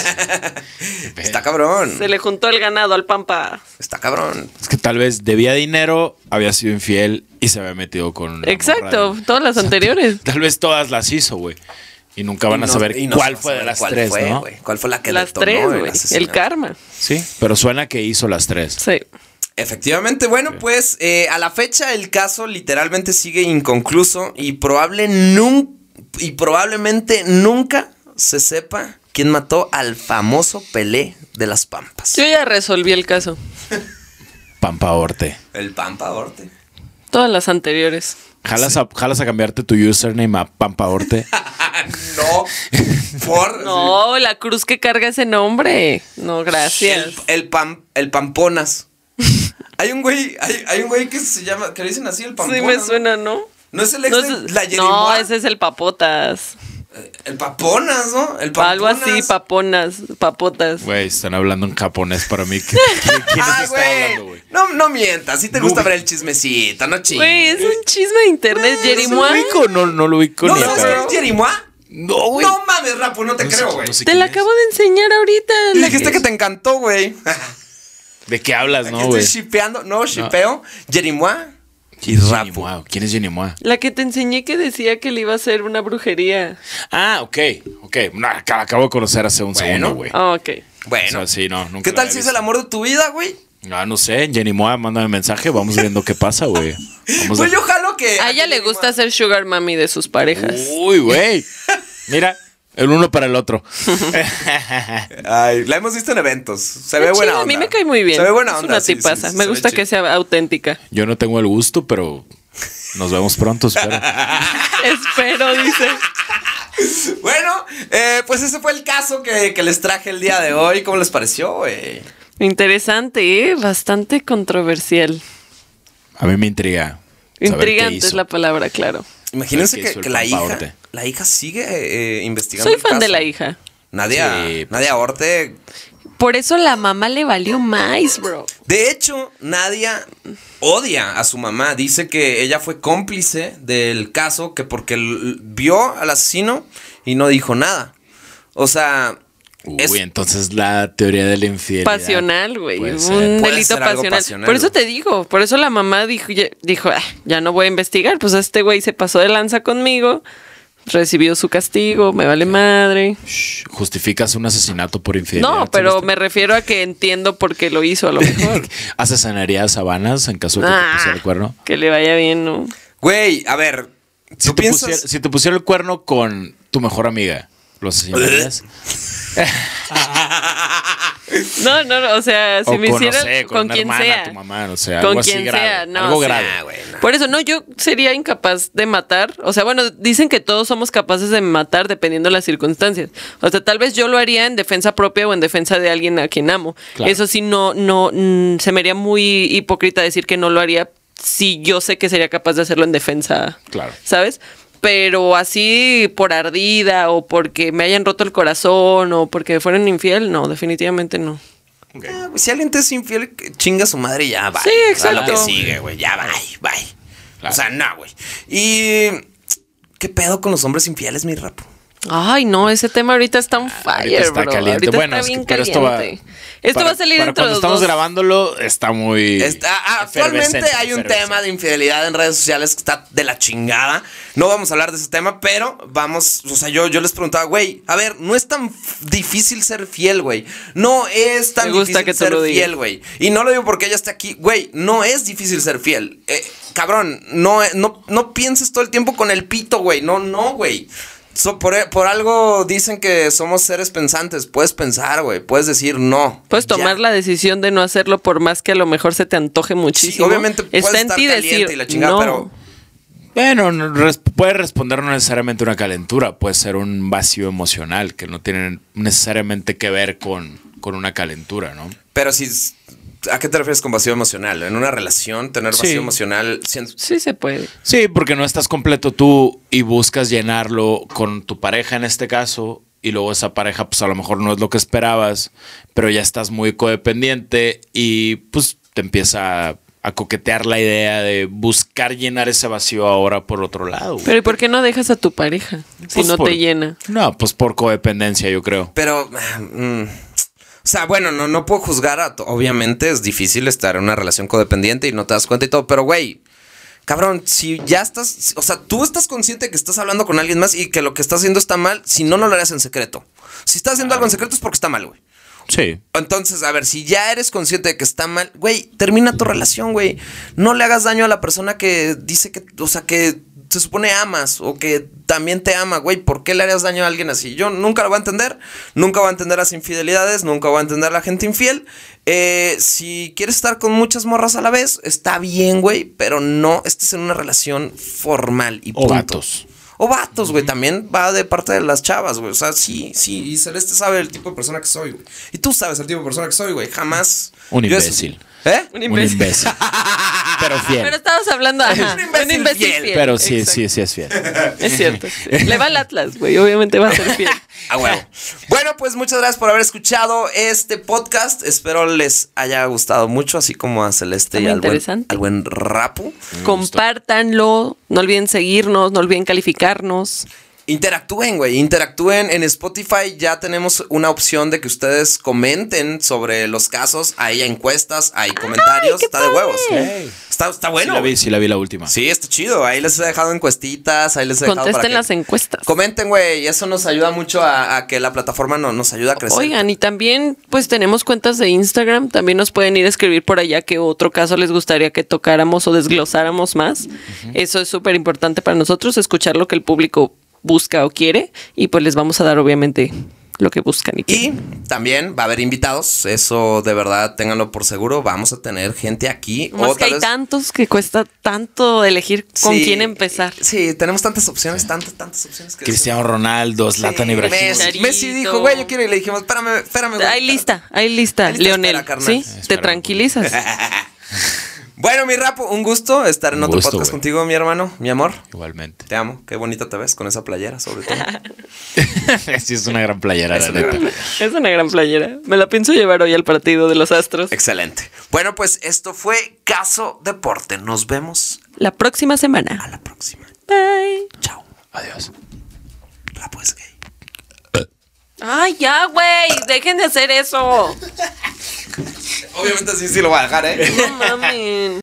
Está cabrón.
Se le juntó el ganado al pampa.
Está cabrón.
Es que tal vez debía dinero, había sido infiel y se había metido con. una
Exacto,
morra de-
todas las anteriores.
Tal vez todas las hizo, güey. Y nunca van
Y
a
no-
saber
y no se
cuál
va a
fue de
saber
las
cuál
tres,
fue,
¿no?
güey. ¿Cuál fue la que
Las
detonó
tres,
el
güey. El
asesinato?
karma.
Sí. Pero suena que hizo las tres.
Sí.
Efectivamente, bueno, pues eh, a la fecha el caso literalmente sigue inconcluso y, probable nun- y probablemente nunca se sepa quién mató al famoso Pelé de las Pampas.
Yo ya resolví el caso.
Pampa Orte.
El Pampa Orte.
Todas las anteriores.
¿Jalas, a, jalas a cambiarte tu username a Pampa Orte.
Ah, no, por...
No, la cruz que carga ese nombre. No,
El,
gracias.
el, pam- el Pamponas. Hay un güey, hay, hay un güey que se llama, que le dicen así, el Pamponas.
Sí me suena, ¿no?
No es el ex
No,
de
es-
la
no,
Yerimoa?
ese es el papotas.
El Paponas, ¿no? El Pamponas.
Algo así, paponas, papotas.
Güey, están hablando en japonés para mí. ¿Qui- qui- ¿Quién nos
Ah,
está
güey.
hablando, güey?
No, no mientas. Si te
No,
gusta
güey.
ver el chismecito, no chingues.
Güey, es un chisme de internet,
Güey,
¿No
Jerimoa.
lo ubico? No, no lo ubico
¿No
ni a
sabes quién
cabrón.
es Jerimoa?
No, güey.
No mames, Rapu, no te
sé-
creo, güey.
no sé
Te
quién
la
es.
acabo de enseñar ahorita.
Y
la-
Dijiste que te encantó, güey.
¿De qué hablas, no,
Aquí
güey?
estoy shipeando. No, shipeo. Jerimoa y
¿Quién es Jenny
Rapu.
Mua? ¿Quién es Jenny Mua?
La que te enseñé que decía que le iba a hacer una brujería.
Ah, ok, ok. No, ac- la acabo de conocer hace un
Bueno.
segundo, güey.
Ah, ok.
Bueno.
O sea, sí, no, nunca
¿Qué
la
tal
había
si es
visto.
el amor de tu vida, güey?
Ah, no sé, Jenny Moa, mándame mensaje, vamos viendo qué pasa, güey. Vamos
Pues
a-
yo jalo que.
A ella le gusta
Jerimoa-
ser sugar mami de sus parejas.
Uy, güey. Mira, El uno para el otro.
Ay, la hemos visto en eventos. Se ve
Está
buena
chida,
onda.
A mí me cae muy bien.
Se ve buena
Es
onda.
una
sí, sí,
tipaza.
sí,
me
se ve
gusta
chido.
que sea auténtica.
Yo no tengo el gusto, pero nos vemos pronto, espero.
Espero, dice.
Bueno, eh, pues ese fue el caso que, que les traje el día de hoy. ¿Cómo les pareció, güey?
Interesante, ¿eh? Bastante controversial.
A mí me intriga. saber qué
Intrigante
hizo.
es la palabra, claro.
Imagínense
¿Qué
que,
hizo el
que la
Papa
hija.
Orte?
La hija sigue eh, investigando.
Soy
el
fan de
caso.
la hija.
Nadia,
Sí, pues.
Nadia Orte.
Por eso la mamá le valió más, bro.
De hecho, Nadia odia a su mamá. Dice que ella fue cómplice del caso, que porque l- vio al asesino y no dijo nada. O sea,
Uy,
es-
entonces la teoría de la infidelidad.
Pasional, güey. Mm.
Puede
Un
ser.
Puede
delito
ser algo
pasional.
pasional,
Por eso
güey.
te digo, por eso la mamá dijo, ya, dijo, "Ah, ya no voy a investigar, pues este güey se pasó de lanza conmigo, recibió su castigo, me vale madre.
Shh, Justificas un asesinato por infidelidad.
No, pero me refiero a que entiendo por qué lo hizo a lo mejor.
¿Asesinarías a Vanas en caso de que
Ah.
te pusiera el cuerno?
que le vaya bien, ¿no?
güey, a ver.
Si
¿tú
te,
piensas-
pusiera, si te pusiera el cuerno con tu mejor amiga, ¿lo asesinarías?
No, no, no, o sea, si
o
me
con,
hicieran
no sé, con,
con,
una
quien
hermana,
sea.
tu mamá, o sea,
con
algo así
quien
grave,
sea, no.
algo
o sea, ah,
grave.
güey, no.
Por eso no, yo sería incapaz de matar. O sea, bueno, dicen que todos somos capaces de matar dependiendo de las circunstancias. O sea, tal vez yo lo haría en defensa propia o en defensa de alguien a quien amo.
Claro.
Eso sí, no, no, mm, se me haría muy hipócrita decir que no lo haría si yo sé que sería capaz de hacerlo en defensa.
Claro.
¿Sabes? Pero así por ardida o porque me hayan roto el corazón o porque fueron infiel, no, definitivamente no.
Ah, güey, si alguien te es infiel, que chinga a su madre y ya, bye.
Sí,
A lo que
exacto.
sigue, güey. Ya, bye, bye.
Claro.
O sea, no, güey. Y. ¿Qué pedo con los hombres infieles, mi rapo?
Ay, no, ese tema ahorita está on fire,
Ahorita está
bro.
caliente.
Ahorita
bueno,
está
es que-
bien
pero esto va.
caliente. Esto
para-
va a salir
para
dentro
cuando
de los
estamos
dos.
grabándolo, está muy.
Está- ah, actualmente
efervescente,
hay un
efervescente.
tema de infidelidad en redes sociales que está de la chingada. No vamos a hablar de ese tema, pero vamos, o sea, yo, yo les preguntaba, güey, a ver, no es tan f- difícil ser fiel, güey. No es tan
Me gusta
difícil
que tú
ser
lo digas.
fiel, güey. Y no lo digo porque ella esté aquí, güey, no es difícil ser fiel. Eh, cabrón, no, eh, no, no pienses todo el tiempo con el pito, güey. No, no, güey. So, por, por algo dicen que somos seres pensantes. Puedes pensar, güey. Puedes decir no.
Puedes
Ya.
tomar la decisión de no hacerlo por más que a lo mejor se te antoje muchísimo.
obviamente puedes
está en
estar
ti
caliente
decir
y la chingada,
no.
pero-
Bueno, no res- puede responder no necesariamente una calentura, puede ser un vacío emocional que no tiene necesariamente que ver con, con una calentura, ¿no?
Pero si. ¿A qué te refieres con vacío emocional? ¿En una relación tener vacío
Sí.
emocional? siento-
Sí se puede.
Sí, porque no estás completo tú y buscas llenarlo con tu pareja en este caso, y luego esa pareja pues a lo mejor no es lo que esperabas, pero ya estás muy codependiente y pues te empieza a, a coquetear la idea de buscar llenar ese vacío ahora por otro lado. güey.
Pero ¿y por qué no dejas a tu pareja si
Pues
no
por-
te llena?
No, pues por codependencia yo creo.
Pero. mm, o sea, bueno, no, no puedo juzgar a. to- Obviamente es difícil estar en una relación codependiente y no te das cuenta y todo, pero güey. Cabrón, si ya estás, o sea, tú estás consciente que estás hablando con alguien más y que lo que estás haciendo está mal, si no, no lo harías en secreto. Si estás haciendo algo en secreto es porque está mal, güey.
Sí.
Entonces, a ver, si ya eres consciente de que está mal, güey, termina tu relación, güey. No le hagas daño a la persona que dice que, o sea, que se supone amas o que también te ama, güey. ¿Por qué le harías daño a alguien así? Yo nunca lo voy a entender. Nunca voy a entender las infidelidades. Nunca voy a entender a la gente infiel. Eh, si quieres estar con muchas morras a la vez, está bien, güey. Pero no estés en una relación formal y
O
punto.
vatos.
O vatos, güey, también va de parte de las chavas, güey. O sea, sí, sí. Y Celeste sabe el tipo de persona que soy, güey. Y tú sabes el tipo de persona que soy, güey. Jamás.
Un
yo eso-
imbécil.
¿Eh?
Un
Un
imbécil.
imbécil. pero fiel.
Pero estabas hablando ajá, de un imbécil fiel.
Pero sí,
Exacto.
sí, sí es fiel.
Es cierto. sí. Le va al Atlas, güey. Obviamente va a ser fiel.
Ah, huevo. bueno, pues muchas gracias por haber escuchado este podcast. Espero les haya gustado mucho, así como a Celeste
Está
y
muy
al buen,
interesante.
al buen Rapu.
Compártanlo. No olviden seguirnos. No olviden calificarnos.
Interactúen, güey, interactúen. En Spotify ya tenemos una opción de que ustedes comenten sobre los casos. Hay encuestas, hay comentarios.
qué
está de huevos.
padre.
Está, está
Sí
bueno.
la
güey.
vi, sí la vi la última.
Sí, está chido. Ahí les he dejado encuestitas, ahí les he dejado. para
Contesten
que-
las encuestas.
Comenten, güey. Eso nos ayuda mucho a, a que la plataforma no- nos ayuda a crecer.
Oigan, y también pues tenemos cuentas de Instagram, también nos pueden ir a escribir por allá que otro caso les gustaría que tocáramos o desglosáramos más. Eso es súper importante para nosotros, escuchar lo que el público busca o quiere y pues les vamos a dar obviamente lo que buscan y
Y
quieren.
también va a haber invitados, eso de verdad ténganlo por seguro, vamos a tener gente aquí.
Más
o
que
tal
hay
vez-
tantos que cuesta tanto elegir con
Sí,
quién empezar.
Sí, tenemos tantas opciones, tantas, tantas opciones que
Cristiano Ronaldo, Zlatan
Sí,
Ibrahimovic.
Messi,
Chicharito.
Messi dijo, güey, yo quiero y le dijimos, espérame, espérame. güey.
Hay lista, hay
Ah,
lista,
Hay lista,
Leonel.
espera, carnal.
sí, te
Espera.
tranquilizas.
Bueno, mi rapo, un gusto estar en
Un
otro
gusto,
podcast
güey.
contigo, mi hermano, mi amor.
Igualmente.
Te amo, qué bonita te ves con esa playera, sobre todo.
sí, es una gran playera,
Es
la
una
neta.
gran-
Es una gran playera. Me la pienso llevar hoy al partido de los Astros.
Excelente. Bueno, pues esto fue Caso Deporte. Nos vemos
La próxima semana.
a la próxima.
Bye.
Chao.
Adiós.
Rapo es gay.
Ay, ya, güey. Dejen de hacer eso.
Obviamente sí, sí lo voy a dejar, ¿eh?
No mamen.